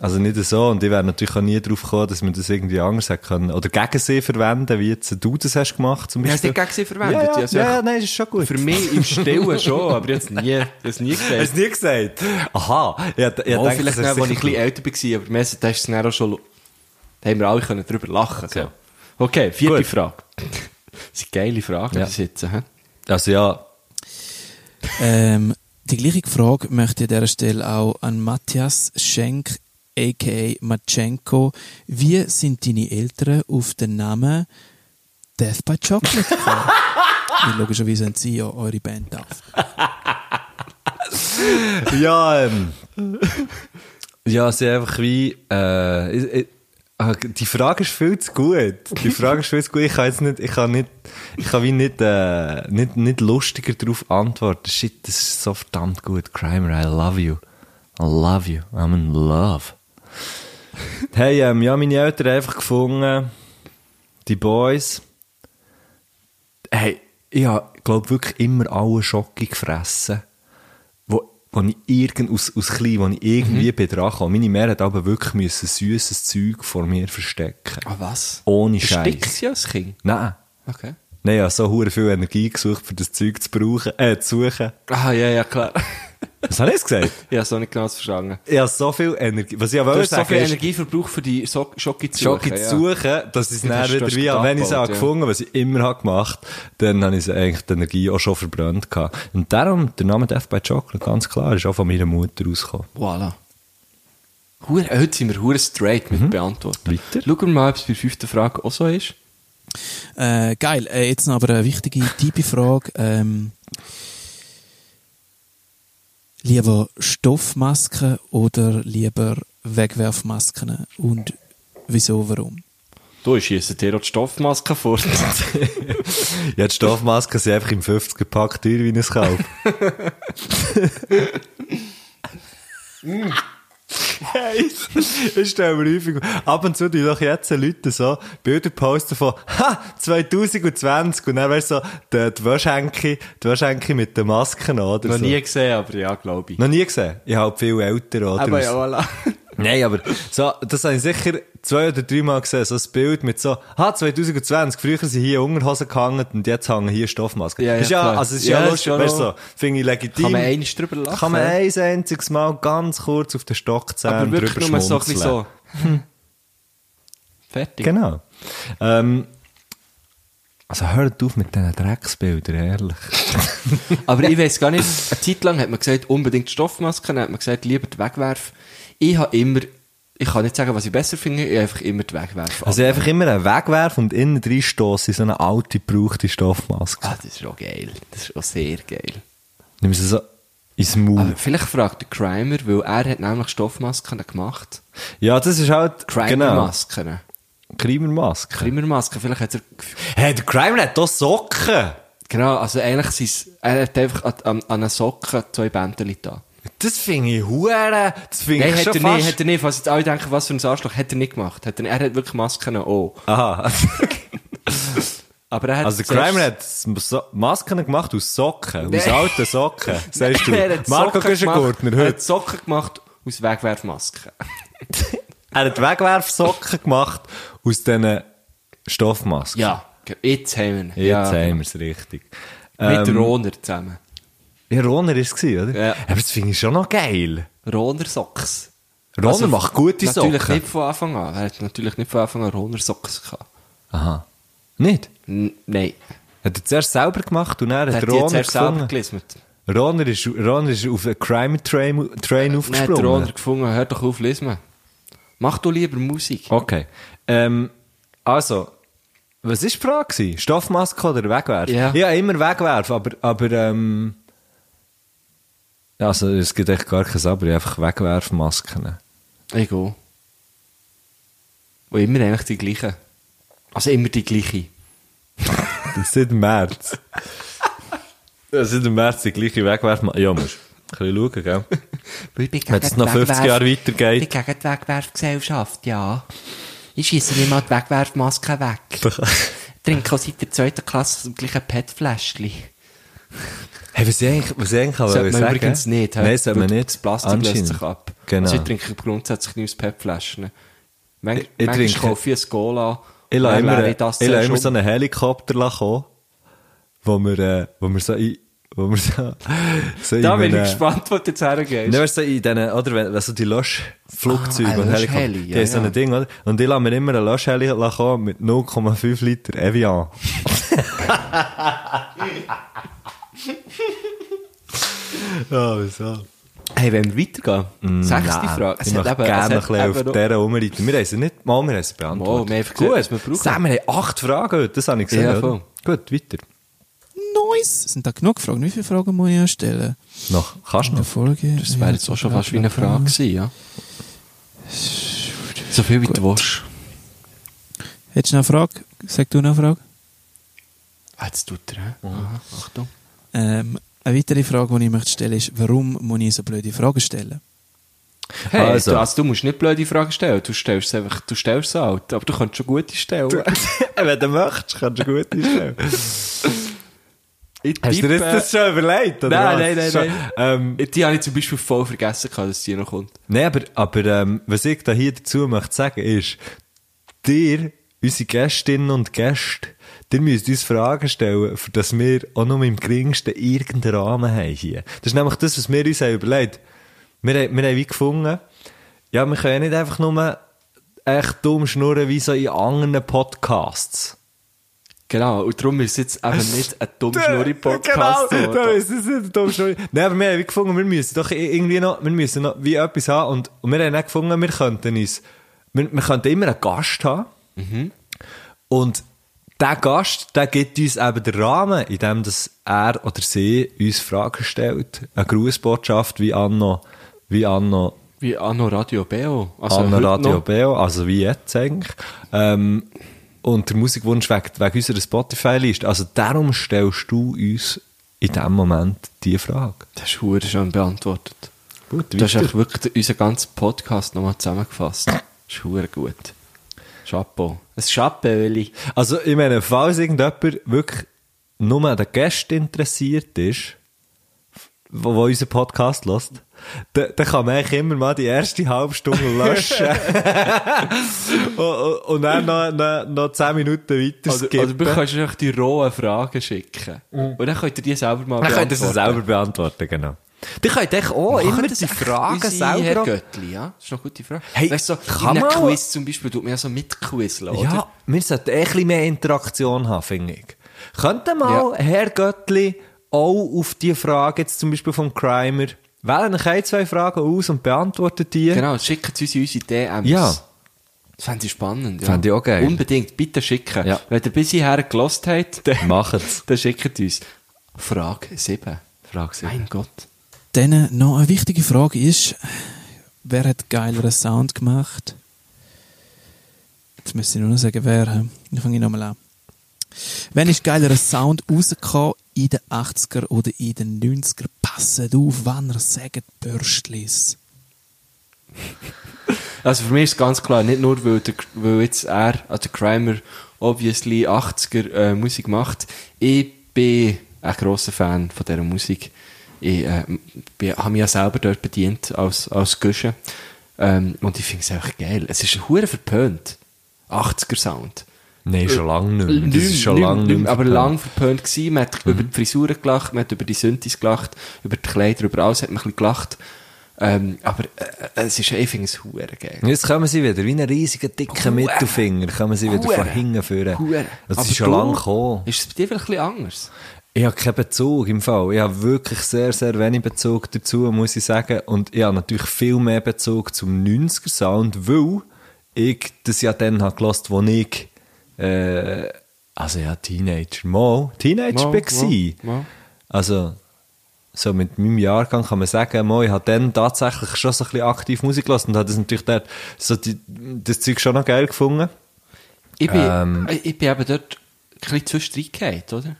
S1: Also nicht so. Und ich wäre natürlich auch nie darauf gekommen, dass man das irgendwie anders hätte können. Oder gegen sie verwenden, wie jetzt du das hast gemacht zum
S5: Ja, hast du
S1: Beispiel.
S5: nicht gegen sie
S1: Ja,
S5: verwendet?
S1: ja,
S5: Also
S1: ja,
S5: ich-
S1: ja nein, das ist schon gut.
S5: Für mich im Stillen schon, aber jetzt nie, das nie gesagt.
S1: Hast du nie gesagt? Aha. Ich, hab- ich
S5: Ja,
S1: hab gedacht, das
S5: vielleicht nicht,
S1: hast
S5: als
S1: du
S5: ich ein
S1: sicher
S5: bisschen älter war, aber meistens das ist es dann auch schon... Da haben wir alle können drüber lachen so.
S1: Ja.
S5: Okay, vierte
S1: Gut.
S5: Frage. Das sind geile Fragen,
S1: Ja.
S5: die sitzen. hä?
S1: Also ja,
S6: Ähm, die gleiche Frage möchte ich an dieser Stelle auch an Matthias Schenk, a.k.a. Matschenko. Wie sind deine Eltern auf den Namen Death by Chocolate gekommen? Weil logischerweise haben sie ja eure Band auf.
S1: ja, ähm, ja, sie einfach wie, äh, ich, ich, ah, die Frage ist viel zu gut. Die Frage ist viel zu gut. Ich kann jetzt nicht, ich kann nicht, ich kann wie nicht, äh, nicht, nicht lustiger darauf antworten. Shit, das ist so verdammt gut. Crimer, I love you. I love you. I'm in love. Hey, ähm, ja, meine Eltern haben einfach gefunden, die Boys, hey, ich habe, glaube wirklich immer alle Schocke gefressen. wo, wo ich irgend, aus, aus klein, wo ich irgendwie mhm. bin dran kam. Meine Mutter hat aber wirklich müssen süßes Zeug vor mir verstecken.
S5: Ah, was?
S1: Ohne
S5: Versteckt
S1: Scheiß.
S5: sie als Kind?
S1: Nein.
S5: Okay.
S1: Nein, ich habe so hure viel Energie gesucht, für das Zeug zu brauchen, äh, zu suchen.
S5: Ah, ja, ja, klar.
S1: Was habe ich jetzt gesagt?
S5: ich habe es noch nicht genau verstanden.
S1: Ich habe so viel Energie. Was ich aber
S5: Du
S1: wollte
S5: hast so
S1: sagen,
S5: viel
S1: ist,
S5: Energieverbrauch für die so Schocke zu
S1: Schocke
S5: suchen,
S1: zu suchen, dass ich es
S5: Ja,
S1: dann
S5: das
S1: wieder
S5: hast du
S1: wie, habe. wenn ich es
S5: abgebaut,
S1: habe
S5: ja.
S1: gefunden was ich immer habe gemacht, dann habe ich eigentlich die Energie auch schon verbrannt gehabt. Und darum, der Name Death by Chocolate, ganz klar, ist auch von meiner Mutter rausgekommen.
S5: Ja. Voilà. Hure, heute sind wir hure straight mit beantworten.
S1: Weiter.
S5: Schauen wir mal, ob es bei der fünften Frage auch so ist.
S6: Äh, geil, äh, jetzt noch aber eine wichtige, tiefe Frage. Ähm, lieber Stoffmasken oder lieber Wegwerfmasken? Und wieso, warum?
S5: Du schießt dir auch die Stoffmaske vor.
S1: Ja, die Stoffmasken sind einfach im 50er-Pack teuer wie ein Kalb. Hey, ich stelle mir häufig ab und zu die doch jetzt Leute so Bilder posten von «Ha, 2020!» und dann wärst so die, die Waschenke, die Waschenke mit den Masken an oder
S5: noch
S1: so.
S5: nie gesehen, aber ja, glaube ich.
S1: Noch nie gesehen. Ich habe halt viel älter oder
S5: aber
S1: aus-
S5: ja, voilà.
S1: Nein, aber so, das habe ich sicher zwei oder dreimal gesehen, so ein Bild mit so, ha, 2020, früher sind hier Unterhosen gehangen und jetzt hängen hier Stoffmasken.
S5: Ja, ja,
S1: ist ja,
S5: klar.
S1: also es ist
S5: Ja,
S1: ja,
S5: ist
S1: lustig,
S5: schon
S1: weißt du, so,
S5: noch-
S1: finde ich legitim.
S5: Kann man einmal drüber lachen.
S1: Kann man ein einziges Mal ganz kurz auf den Stock
S5: aber
S1: zählen und drüber
S5: wirklich nur so ein bisschen
S1: schmunzeln.
S5: so. Fertig.
S1: Genau. Ähm, also hört auf mit diesen Drecksbildern, ehrlich.
S5: Aber ich weiß gar nicht, eine Zeit lang hat man gesagt, unbedingt Stoffmasken, dann hat man gesagt, lieber die Wegwerf. Ich habe immer, ich kann nicht sagen, was ich besser finde, ich habe einfach immer die Wegwerf.
S1: Also einfach immer einen Wegwerf und innen drin stossen in so eine alte, gebrauchte Stoffmaske.
S5: ah, das ist auch geil. Das ist auch sehr geil. Ah,
S1: Nimm sie so ins Maul.
S5: Aber vielleicht fragt der Crimer, weil er hat nämlich Stoffmasken gemacht.
S1: Ja, das ist halt, genau.
S5: Crimer-Masken. Genau.
S1: Krimermaske.
S5: Crimer-Masken, vielleicht hat er...
S1: Hey, der Crime hat hier Socken.
S5: Genau, also eigentlich sind es- er hat einfach an, an, an einer Socke zwei Bändchen da.
S1: Das finde ich hure. Das finde
S5: Nein,
S1: ich
S5: hat er
S1: schon
S5: nicht,
S1: fast.
S5: hat er nicht. Falls jetzt alle denken, was für ein Arschloch, hat er nicht gemacht. Hat er, er hat wirklich Masken auch.
S1: Aha.
S5: Aber er hat
S1: Also der
S5: zuerst-
S1: Crime hat so Masken gemacht aus Socken. Aus
S5: Nee.
S1: alten Socken. Sagst du.
S5: Er hat
S1: Marco
S5: Socken gemacht-
S1: Güschengurtner
S5: Er
S1: heute.
S5: hat Socken gemacht aus Wegwerfmasken.
S1: Er hat Wegwerfsocken gemacht aus diesen Stoffmasken.
S5: Ja. Jetzt haben wir ihn.
S1: Jetzt
S5: ja.
S1: haben wir es richtig.
S5: Mit
S1: Ähm,
S5: Roner zusammen.
S1: Ja, Roner war es, oder?
S5: Ja.
S1: Aber das finde ich schon noch geil.
S5: Roner Socks.
S1: Roner macht gute
S5: Also, natürlich
S1: Socken.
S5: Nicht von Anfang an. Er hat natürlich nicht von Anfang an Roner Socken gehabt.
S1: Aha. Nicht?
S5: N nein.
S1: Hat er zuerst selber gemacht und dann
S5: Er
S1: hat
S5: hat
S1: er
S5: die jetzt
S1: Roner
S5: erst selber
S1: gefunden.
S5: gelesen.
S1: Roner ist, Roner ist auf einen Crime-Train Train
S5: Dann hat Roner
S1: aufgesprungen.
S5: gefunden, hör doch auf, lesen. Mach du lieber Musik.
S1: Okay. Ähm, also, was war die Frage? gewesen? Stoffmaske oder Wegwerfen?
S5: Ja.
S1: ja immer Wegwerfen, aber, aber ähm, also, es gibt echt gar kein Aber, ich habe einfach Wegwerfmasken.
S5: Egal. Und immer eigentlich die gleichen. Also immer die gleiche.
S1: Das sind im März. Das sind im März die gleiche Wegwerfmasken. Ja, musst ein bisschen schauen, gell?
S7: Ich bin
S1: Wenn es noch 50 Jahre
S7: Ich
S1: weitergeht.
S7: bin gegen die Wegwerfgesellschaft, ja. Ich schieße mir mal die Wegwerfmaske weg. Trinke auch seit der zweiten Klasse das gleiche PET-Fläschchen.
S1: Hey, was ich eigentlich, was ich eigentlich auch
S5: Sollte man
S1: sagen-
S5: übrigens nicht. hä?
S1: Nein, sollte man
S5: Weil
S1: nicht.
S5: Das Plastik löst
S1: Anscheinend.
S5: sich ab.
S1: Genau.
S5: Also ich trinke grundsätzlich nicht aus PET-Flaschen. Manch,
S1: Ich- ich
S5: manchmal
S1: trinke-
S5: kaufe ich ein Cola.
S1: Ich
S5: dann
S1: lasse immer,
S5: leere
S1: ich
S5: das
S1: lasse
S5: zuerst
S1: immer so
S5: um.
S1: einen Helikopter la kommen, wo wir, äh, wo wir so, in, wo wir so, so
S5: Da
S1: in
S5: bin ich
S1: einem-
S5: gespannt, wo du jetzt hergehst.
S1: Nein, weißt du, so in diesen, oder wenn, wenn so die Löschflugzeuge
S5: Ah, ein
S1: und Helikopter,
S5: Löschheli,
S1: die
S5: ja,
S1: haben so
S5: ja.
S1: ein Ding, oder? Und ich lasse mir immer einen Löschheli la kommen mit 0,5 Liter Evian. Ja, wieso?
S5: Hey, wenn wir weitergehen? Sechste Frage.
S1: Mm, Ich möchte gerne ein bisschen auf dieser rumreiten. Wir haben sie nicht, mal, wir haben sie beantwortet.
S5: Mal, wir haben einfach gesagt, was wir brauchen.
S1: Sam, wir haben acht Fragen heute, das habe ich gesehen.
S5: Ja,
S1: oder?
S5: voll.
S1: Gut, weiter.
S6: Nice! Sind da genug Fragen? Wie viele Fragen muss ich ja stellen?
S1: Noch, kannst du
S6: Eine
S1: noch?
S6: Folge?
S5: Das wäre jetzt auch schon fast wie eine Frage gewesen, ja? So viel wie du willst.
S6: Hättest du noch eine Frage? Sag du noch eine Frage?
S5: Ah, jetzt tut er,
S1: Mhm.
S5: hä? Aha, Achtung.
S6: Ähm, eine weitere Frage, die ich möchte stellen ist, warum muss ich so blöde Fragen stellen?
S5: Hey,
S1: Also.
S5: du, also du musst nicht blöde Fragen stellen. Du stellst sie einfach, du stellst sie halt. Aber du kannst schon gute stellen.
S1: Wenn du möchtest, kannst du gut einstellen.
S5: Ich
S1: Hast du dir
S5: tippe-
S1: jetzt das schon überlegt? Oder
S5: Nein,
S1: was?
S5: nein, nein,
S1: Schon- Ähm,
S5: nein. Die habe ich zum Beispiel voll vergessen, gehabt, dass die noch kommt.
S1: nein, aber, aber ähm, was ich da hier dazu möchte sagen ist, dir, unsere Gästinnen und Gäste, ihr müsst uns Fragen stellen, für dass wir auch nur im geringsten irgendeinen Rahmen haben hier. Das ist nämlich das, was wir uns haben überlegt wir haben. Wir haben wie gefunden, ja, wir können ja nicht einfach nur echt dumm schnurren wie so in anderen Podcasts.
S5: Genau, und darum ist es jetzt eben nicht ein dumm schnurri podcast
S1: Genau, da
S5: geworden.
S1: ist es nicht ein dumm Schnurri. Nein, aber wir haben wie gefunden, wir müssen doch irgendwie noch, wir müssen noch wie etwas haben. Und, und wir haben auch gefunden, wir könnten uns, wir, wir könnten immer einen Gast haben.
S5: Mhm.
S1: Und der Gast, der gibt uns eben den Rahmen, in dem dass er oder sie uns Fragen stellt. Eine Grußbotschaft wie Anno, wie Anno
S5: Wie Anno Radio Beo. Also
S1: also
S5: heute
S1: Radio
S5: noch.
S1: Beo, also wie jetzt eigentlich. Ähm, und der Musikwunsch wegen, wegen unserer Spotify-Liste. Also darum stellst du uns in dem Moment die Frage.
S5: Das ist verdammt schön beantwortet.
S1: Gut,
S5: Du hast eigentlich wirklich unseren ganzen Podcast nochmal zusammengefasst. Das ist verdammt gut. Chapeau. Ein Chapeau, Willi.
S1: Also ich meine, falls irgendjemand wirklich nur an den Gästen interessiert ist, wo, wo unseren Podcast lässt, dann, dann kann man eigentlich immer mal die erste halbe Stunde löschen. und, und, und dann noch, noch, noch 10 Minuten weiter
S5: Also,
S1: skippen.
S5: also du kannst euch die rohen Fragen schicken. Und dann könnt ihr die selber mal
S1: Mhm. Dann könnt ihr sie
S5: beantworten.
S1: selber beantworten, genau. Die könnt euch auch
S5: Machen
S1: immer
S5: das
S1: die
S5: echt
S1: Fragen
S5: unsere
S1: selber...
S5: Herrgöttli, ja? Das ist noch eine gute Frage.
S1: Hey,
S5: weißt du, so,
S1: kann
S5: in einem
S1: man-
S5: Quiz zum Beispiel tut man ja so mitquizeln, oder?
S1: Ja, wir sollten eh ein bisschen mehr Interaktion haben, finde ich. Könnte mal
S5: Ja.
S1: Herr Göttli auch auf die Frage jetzt zum Beispiel vom Crimer wählen euch ein, zwei Fragen aus und beantwortet die.
S5: Genau, schicken sie uns in unsere DMs.
S1: Ja.
S5: Das fände ich spannend. Ja.
S1: Fände ich auch geil.
S5: Unbedingt, bitte schicken.
S1: Ja.
S5: Wenn ihr bis hierher gelost habt, dann,
S1: Macht's.
S5: dann schickt uns. Frage 7.
S1: Frage sieben.
S5: Mein Gott.
S6: Dann noch eine wichtige Frage ist, wer hat geileren Sound gemacht? Jetzt müsste ich nur noch sagen, wer. hä? Dann fange ich nochmal an. Wenn ist geilerer Sound rausgekommen in den 80er oder in den 90er? Passet auf, wann er sagt, Bürstlis.
S5: Also für mich ist ganz klar, nicht nur, weil, der, weil jetzt er, also der Crimer, obviously 80er äh, Musik macht. Ich bin ein grosser Fan von dieser Musik. Ich äh, bin- habe mich ja selber dort bedient als, als Gusche. Ähm, und ich finde es einfach geil. Es ist hure verpönt. 80er Sound.
S1: Nein, schon lange nicht mehr. Äh, Das ist schon
S5: Nicht-
S1: lange nicht mehr. Mhm.
S5: Aber
S1: verpönt.
S5: lang verpönt gewesen. Man hat über die Frisuren gelacht, man hat über die Synthes gelacht, über die Kleider, über alles hat man ein bisschen gelacht. Ähm, aber äh, es ist einfach ein Huren geil.
S1: Und Jetzt kommen sie wieder, wie einen riesigen dicken Mittelfinger, kommen sie wieder von
S5: Huren.
S1: hinten führen.
S5: Huren.
S1: Das
S5: Aber
S1: ist schon
S5: du-
S1: lange gekommen.
S5: Ist es bei dir vielleicht ein bisschen anders?
S1: Ich habe keinen Bezug im Fall. Ich habe wirklich sehr, sehr wenig Bezug dazu, muss ich sagen. Und ich habe natürlich viel mehr Bezug zum 90er-Sound, weil ich das ja dann habe gehört, wo ich, äh, also ja, Teenager, mal, Teenager
S5: Mal,
S1: war. ich.
S5: mal, mal.
S1: Also, so mit meinem Jahrgang kann man sagen, mal, ich habe dann tatsächlich schon so ein bisschen aktiv Musik gehört und habe das natürlich dort, so die, das Zeug schon noch geil gefunden.
S5: Ich bin, äh,
S1: Ähm.
S5: ich, ich bin eben dort ein bisschen zwischen reingefallen, oder?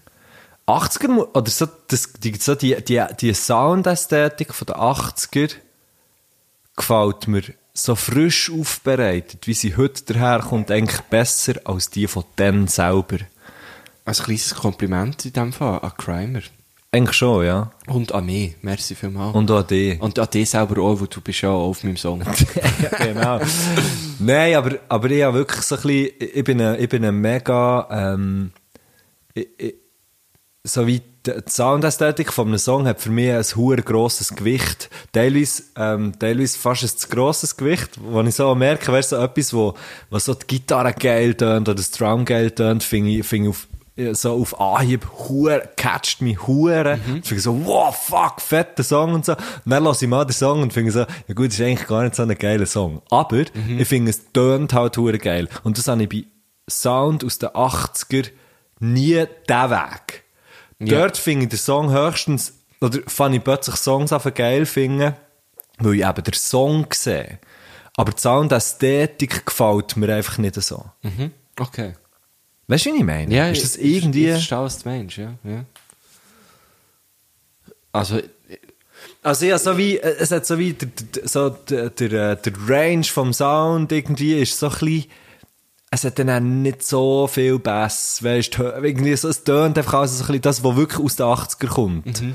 S1: 80er, Mu- oder so, das, die, so die, die, die Soundästhetik von den 80er gefällt mir so frisch aufbereitet, wie sie heute daherkommt, eigentlich besser als die von dann selber.
S5: Ein kleines Kompliment in dem Fall an Crimer.
S1: Eigentlich schon, ja.
S5: Und an mich. Merci vielmals.
S1: Und auch die.
S5: Und an dich selber auch, weil du bist ja auch auf meinem Song.
S1: genau. Nein, aber, aber ich habe wirklich so ein bisschen, ich bin ein, ich bin ein mega, ähm, ich, ich, so wie die die Soundästhetik von einem Song hat für mich ein hoher grosses Gewicht. Teilweise, ähm, teilweise fast ein zu grosses Gewicht, wo ich so merke, wäre so etwas, wo, wo so die Gitarre geil tönt oder das Drum geil tönt, finde ich, finde ich auf, äh, so auf Anhieb, huer, catcht mich huere. Ich Finde so, wow, fuck, fetter Song und so. Und dann lasse ich mal den Song und finde so, ja gut, ist eigentlich gar nicht so ein geiler Song. Aber ich finde, es tönt halt huere geil. Und das habe ich bei Sound aus den 80er nie den Weg. Dort finde ich den Song höchstens, oder fand ich plötzlich Songs einfach geil finden, weil ich eben den Song sehe. Aber die Soundästhetik gefällt mir einfach nicht so.
S5: mhm. Okay.
S1: Weißt du, wie ich meine? ist das irgendwie.
S5: Ich verstehe, was du meinst, ja. ja. Also,
S1: Also ja, so wie, äh, es hat so wie, der, der, so der, der, äh, der Range vom Sound irgendwie ist so ein bisschen, es hat dann auch nicht so viel Bass, weißt du, irgendwie so, es tönt einfach alles so ein bisschen das, was wirklich aus den 80er kommt.
S5: Mhm,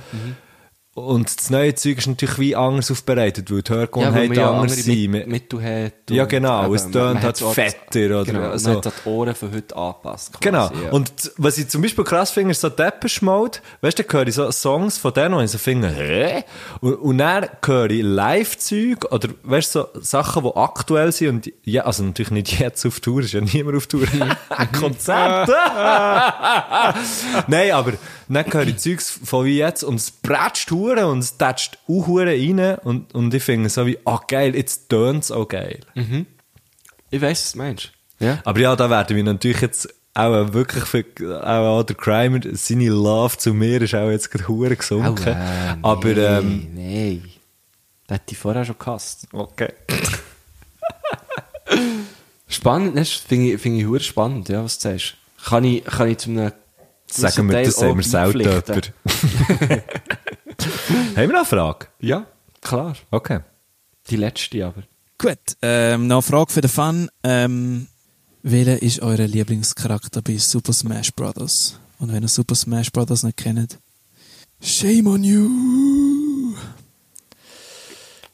S1: Und das neue Zeug ist natürlich wie anders aufbereitet, weil die
S5: ja, weil
S1: Hörgewohnheiten
S5: man ja
S1: anders
S5: andere
S1: sind.
S5: mit, mit du hat.
S1: Ja, genau, es
S5: man-
S1: tönt
S5: man
S1: halt
S5: hat's auch-
S1: fetter oder
S5: genau,
S1: so.
S5: Man hat die Ohren von heute angepasst.
S1: Genau.
S5: quasi, ja.
S1: Und z- was ich zum Beispiel krass finde, ist so Depeche Mode. Weißt du, da höre ich so Songs von denen und ich so finde, hä? Und, und dann höre ich Live-Zeug oder weißt du, so Sachen, die aktuell sind und ja, also natürlich nicht jetzt auf Tour, ist ja niemand auf Tour. Konzerte! Nein, aber dann höre ich Zeugs von wie jetzt und es bratscht Huren und es tätscht auch Huren rein und, und ich finde so wie, ah geil, jetzt tönt es auch geil.
S5: ich weiss, was du meinst. Ja.
S1: Aber ja, da werden wir natürlich jetzt auch wirklich für, auch, auch der Crimer, seine Love zu mir ist auch jetzt gerade hure
S5: Ah,
S1: gesunken.
S5: Aua, Oh, nee,
S1: Aber, ähm,
S5: Nein. Das hätte ich vorher schon gehasst.
S1: okay.
S5: Spannend, das finde ich, finde ich hure spannend, ja, was du sagst. Kann ich, kann ich zu einem
S1: Sagen wir, das haben wir selten jemand. haben wir noch eine Frage?
S5: Ja, klar.
S1: Okay.
S5: Die letzte aber.
S6: Gut, ähm, noch eine Frage für den Fun. Ähm, welcher ist euer Lieblingscharakter bei Super Smash Bros.? Und wenn ihr Super Smash Bros. nicht kennt, shame on you!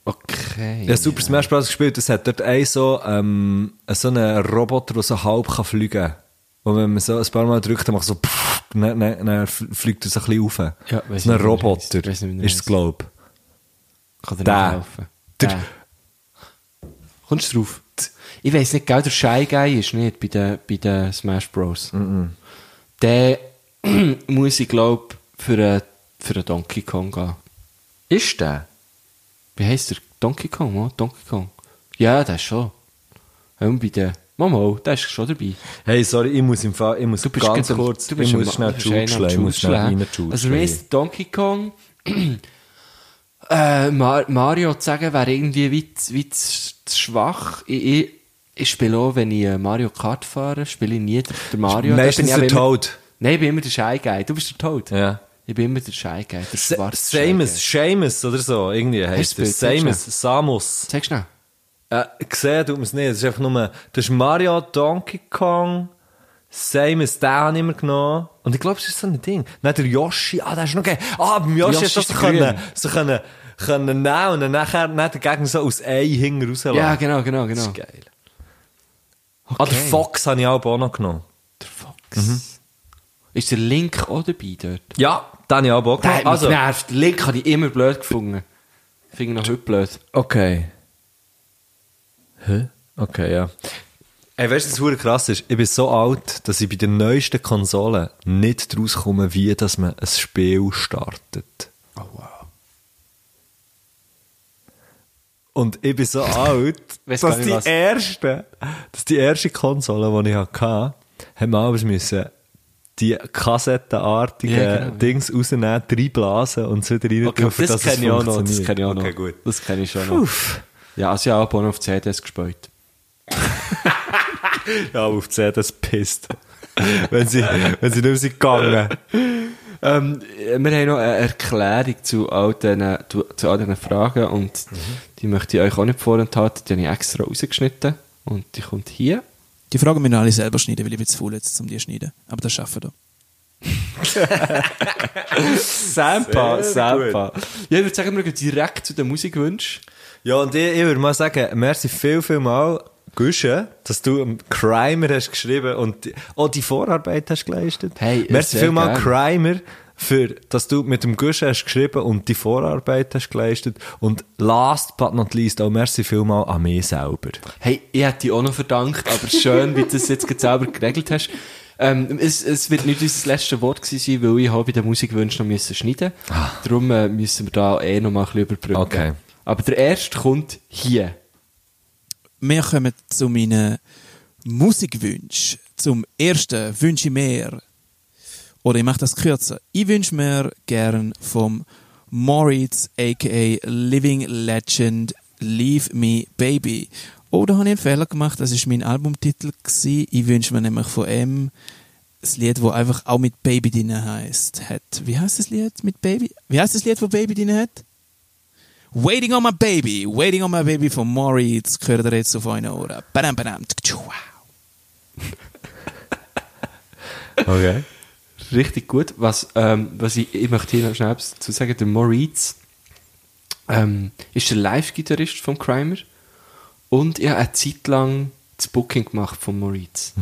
S5: Okay.
S1: Ja, Super Smash Bros. gespielt, es hat dort einen so, ähm, so einen Roboter, der so halb kann fliegen kann. Und wenn man so ein paar Mal drückt, dann macht er so, pff, dann, dann, dann fliegt er so ein bisschen rauf.
S5: Ja, weiss
S1: so ein
S5: nicht, wie er
S1: Roboter
S5: heisst. Weiss nicht, wie er
S1: ist es,
S5: heisst.
S1: glaube ich.
S5: Kann dir
S1: Der.
S5: nicht helfen.
S1: Der-
S5: Der. Kommst du drauf? Ich weiss nicht, gell, der Shy Guy ist nicht bei den, bei den Smash Bros. Der muss ich, glaube für einen für einen Donkey Kong gehen.
S1: Ist der?
S5: Wie heisst der? Donkey Kong, oder? Donkey Kong. Ja, der ist schon. Und bei den... Momo, der ist schon dabei.
S1: Hey, sorry, ich muss im Fall, ich muss
S5: Du bist
S1: ganz
S5: gerade am-
S1: kurz,
S5: du bist
S1: ich
S5: am-
S1: muss schnell
S5: du bist
S1: Jude
S5: einer am
S1: schlagen, ich muss schnell
S5: Jude
S1: rein
S5: schlagen.
S1: Jude
S5: Also, weißt Donkey Kong, äh, Mar Mario zu sagen, wäre irgendwie wie, zu- wie zu, zu schwach. Ich, ich, ich spiele auch, wenn ich äh, Mario Kart fahre, spiele ich nie den, den Mario. Da
S1: Meistens
S5: bin ich aber
S1: der
S5: immer-
S1: Toad.
S5: Nein, ich bin immer der Shy Guy. Du bist der Toad.
S1: Ja.
S5: Ich bin immer der Shy Guy, der
S1: Sa-
S5: schwarze Shy
S1: Seamus,
S5: Guy.
S1: Seamus oder so, irgendwie heisst
S5: Hast du
S1: er.
S5: das Bild
S1: Seamus, Samus.
S5: Sag schnell.
S1: Äh, gesehen tut man es nicht, das ist einfach nur, das ist Mario, Donkey Kong, Seamus, den habe ich immer genommen. Und ich glaube, das ist so ein Ding. Nein, der Yoshi, ah, der ist noch geil. Ah, beim Yoshi,
S5: Yoshi
S1: Yoshi hast
S5: ist
S1: du
S5: grün.
S1: können, so können, können nehmen und dann nachher, dann den Gegner so aus Ei hinten rauslassen.
S5: Ja, genau, genau,
S1: Das
S5: genau.
S1: ist geil. Ah, der Fox habe ich auch noch genommen.
S5: Der Fox. Mhm. Ist der Link auch dabei dort?
S1: Ja, den habe ich auch Bock
S5: Der hat mich
S1: Also,
S5: genervt. Link habe ich immer blöd gefunden. Finde ich noch heute blöd.
S1: Okay. Hä? Okay, ja. Ey, weißt du, was verdammt krass ist? Ich bin so alt, dass ich bei den neuesten Konsolen nicht draus komme, wie dass man ein Spiel startet. Oh, wow. Und ich bin so alt,
S5: Weiss
S1: dass
S5: gar nicht,
S1: die,
S5: was-
S1: erste, dass die erste Konsole, die ich hatte, haben wir abends müssen die kassettenartigen
S5: Ja, genau, ja.
S1: Dings rausnehmen, drei Blasen und es wieder rein tun, für dass es
S5: kenn ich auch noch. Das
S1: funktioniert.
S5: kenne ich auch noch.
S1: Okay, gut.
S5: Das kenne ich schon noch.
S1: Puff.
S5: Ja, also ja, ich habe auch noch auf CDs gespielt.
S1: Ja, aber auf die CDs pisst. wenn, sie, wenn sie nicht mehr sind gegangen.
S5: Ähm, wir haben noch eine Erklärung zu all diesen, zu, zu all diesen Fragen und
S1: Mhm.
S5: die möchte ich euch auch nicht vorenthalten. Die habe ich extra rausgeschnitten und die kommt hier.
S6: Die Fragen müssen alle selber schneiden, weil ich bin zu faul jetzt, um die zu schneiden. Aber das schaffen wir.
S5: Sampa,
S1: Sehr
S5: Sampa. Ja, ich würde sagen, wir gehen direkt zu den Musikwünschen.
S1: Ja, und ich, ich würde mal sagen, merci viel, viel mal, Gusche, dass du einen Crimer hast geschrieben und die- auch die Vorarbeit hast geleistet.
S5: Hey,
S1: merci
S5: sehr
S1: viel mal,
S5: gerne.
S1: Crimer, für, dass du mit dem Gusche hast geschrieben und die Vorarbeit hast geleistet. Und last but not least auch merci viel mal an mich selber.
S5: Hey, ich hätte dich auch noch verdankt, aber schön, wie du das jetzt gerade selber geregelt hast. Ähm, es, es wird nicht unser letztes Wort gewesen sein, weil ich habe bei den Musikwünschen noch müssen schneiden musste. Darum äh, müssen wir da eh noch mal ein bisschen überbrücken.
S1: Ah. Okay.
S5: Aber der erste kommt hier.
S6: Wir kommen zu meinen Musikwünschen. Zum ersten wünsche ich mir, oder ich mache das kürzer, ich wünsche mir gern vom Moritz aka Living Legend Leave Me Baby. Oh, da habe ich einen Fehler gemacht, das ist mein Albumtitel. Gewesen. Ich wünsche mir nämlich von ihm das Lied, wo einfach auch mit Baby drin heißt. Hat. Wie heißt das Lied mit Baby? Wie heißt das Lied, wo Baby drin hat? Waiting on my baby, waiting on my baby von Moritz, gehört ihr jetzt auf euren Ohren. Badam, badam, tsk, tschua.
S1: Okay.
S5: Richtig gut. Was, ähm, was ich, ich möchte hier noch schnell etwas zu sagen, der Moritz ähm, ist der Live-Gitarrist von Crimer und ich habe eine Zeit lang das Booking gemacht von Moritz.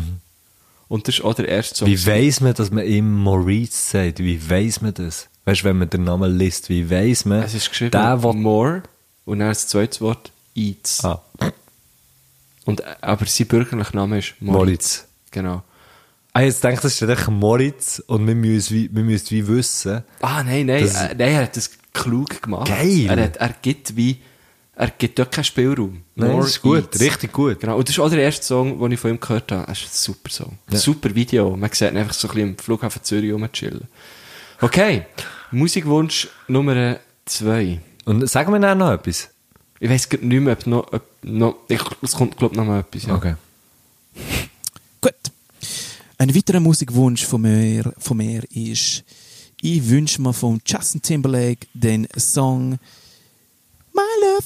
S5: Und das ist auch der erste Song.
S1: Mhm. Wie weiss man, dass man ihm Maurice sagt? Wie weiss man das? Weißt du, wenn man den Namen liest, wie weiss man,
S5: Es ist geschrieben
S1: der, der
S5: More und dann das zweite Wort Eats.
S1: Ah.
S5: Und, äh, aber sein bürgerlicher Name ist Moritz.
S1: Moritz.
S5: Genau.
S1: Ah, jetzt denkt, das ist echt Moritz und wir müssen, wie, wir müssen wie wissen.
S5: Ah, nein, nein,
S1: Das-
S5: äh, nein, er hat das klug gemacht.
S1: Geil.
S5: Er, hat, er gibt wie, er gibt dort keinen Spielraum.
S1: Nein,
S5: More
S1: das ist gut,
S5: Eats.
S1: richtig gut.
S5: Genau, und das ist auch der erste Song, den ich von ihm gehört habe. Das ist ein super Song. Super Video. Man sieht ihn einfach so ein bisschen im Flughafen Zürich rumchillen. Okay, Musikwunsch Nummer zwei.
S1: Und sagen wir dann noch etwas?
S5: Ich weiß nicht mehr, ob noch, ob noch ich, es kommt, glaube ich, noch mal etwas. Ja.
S1: Okay.
S6: Gut. Ein weiterer Musikwunsch von mir, von mir ist, ich wünsche mir von Justin Timberlake den Song My Love.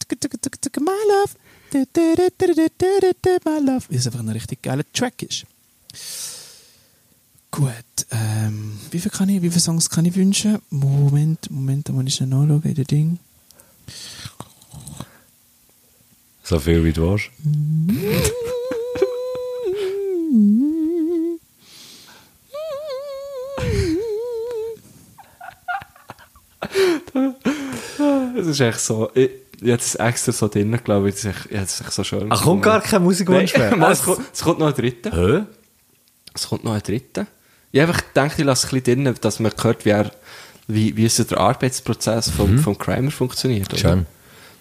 S6: Tsk, tsk, tsk, tsk, My Love. Du, du, du, du, du, du, du, My Love. Weil es einfach ein richtig geiler Track ist. Gut, ähm, wie viel kann ich, wie viele Songs kann ich wünschen? Moment, Moment, da muss ich schnell nachschauen in den Ding.
S1: So viel wie du willst.
S5: Das ist echt so. Ich, ich habe das extra so drin, glaube ich. Das ist echt, ich habe das echt so schön.
S1: Ach, kommt gar kein Musikwunsch
S5: Nein,
S1: mehr.
S5: mal, es, kommt, es kommt noch ein dritter.
S1: Hä?
S5: Es kommt noch ein dritter. Ich habe einfach gedacht, ich lasse es ein bisschen drin, dass man hört, wie, er, wie, wie so der Arbeitsprozess vom, vom Crimer funktioniert. oder?
S1: Mhm. Schön.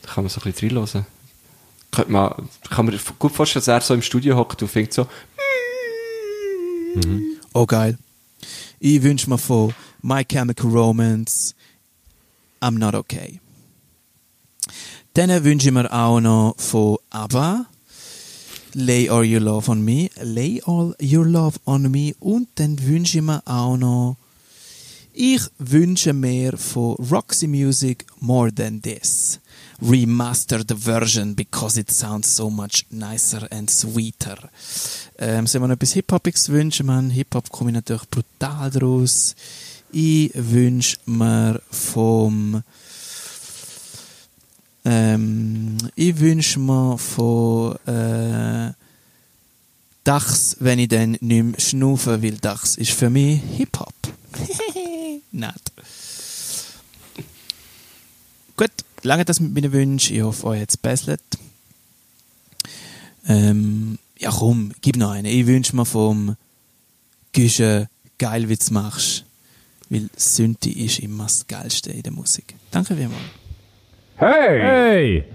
S5: Da kann man so ein bisschen reinhören. Könnte man, kann man gut vorstellen, dass er so im Studio hockt und fängt so.
S6: Oh geil. Ich wünsche mir von My Chemical Romance I'm Not Okay. Dann wünsche ich mir auch noch von ABBA Lay All Your Love On Me. Lay All Your Love On Me. Und dann wünsche ich mir auch noch ich wünsche mir von Roxy Music More Than This. Remaster the version because it sounds so much nicer and sweeter. Ähm, soll man etwas Hip-Hopiges wünschen? Man, Hip-Hop komme ich natürlich brutal draus. Ich wünsche mir vom ähm, ich wünsche mir von äh, Dachs, wenn ich dann nicht mehr schnaufen will. Dachs ist für mich Hip-Hop. Nicht. Gut, lange das mit meinen Wünschen. Ich hoffe, euch hat es gebesselt. Ähm, ja, komm, gib noch einen. Ich wünsche mir vom Güsche geil, wie du machst. Weil Sünde ist immer das Geilste in der Musik. Danke vielmals.
S8: Hey!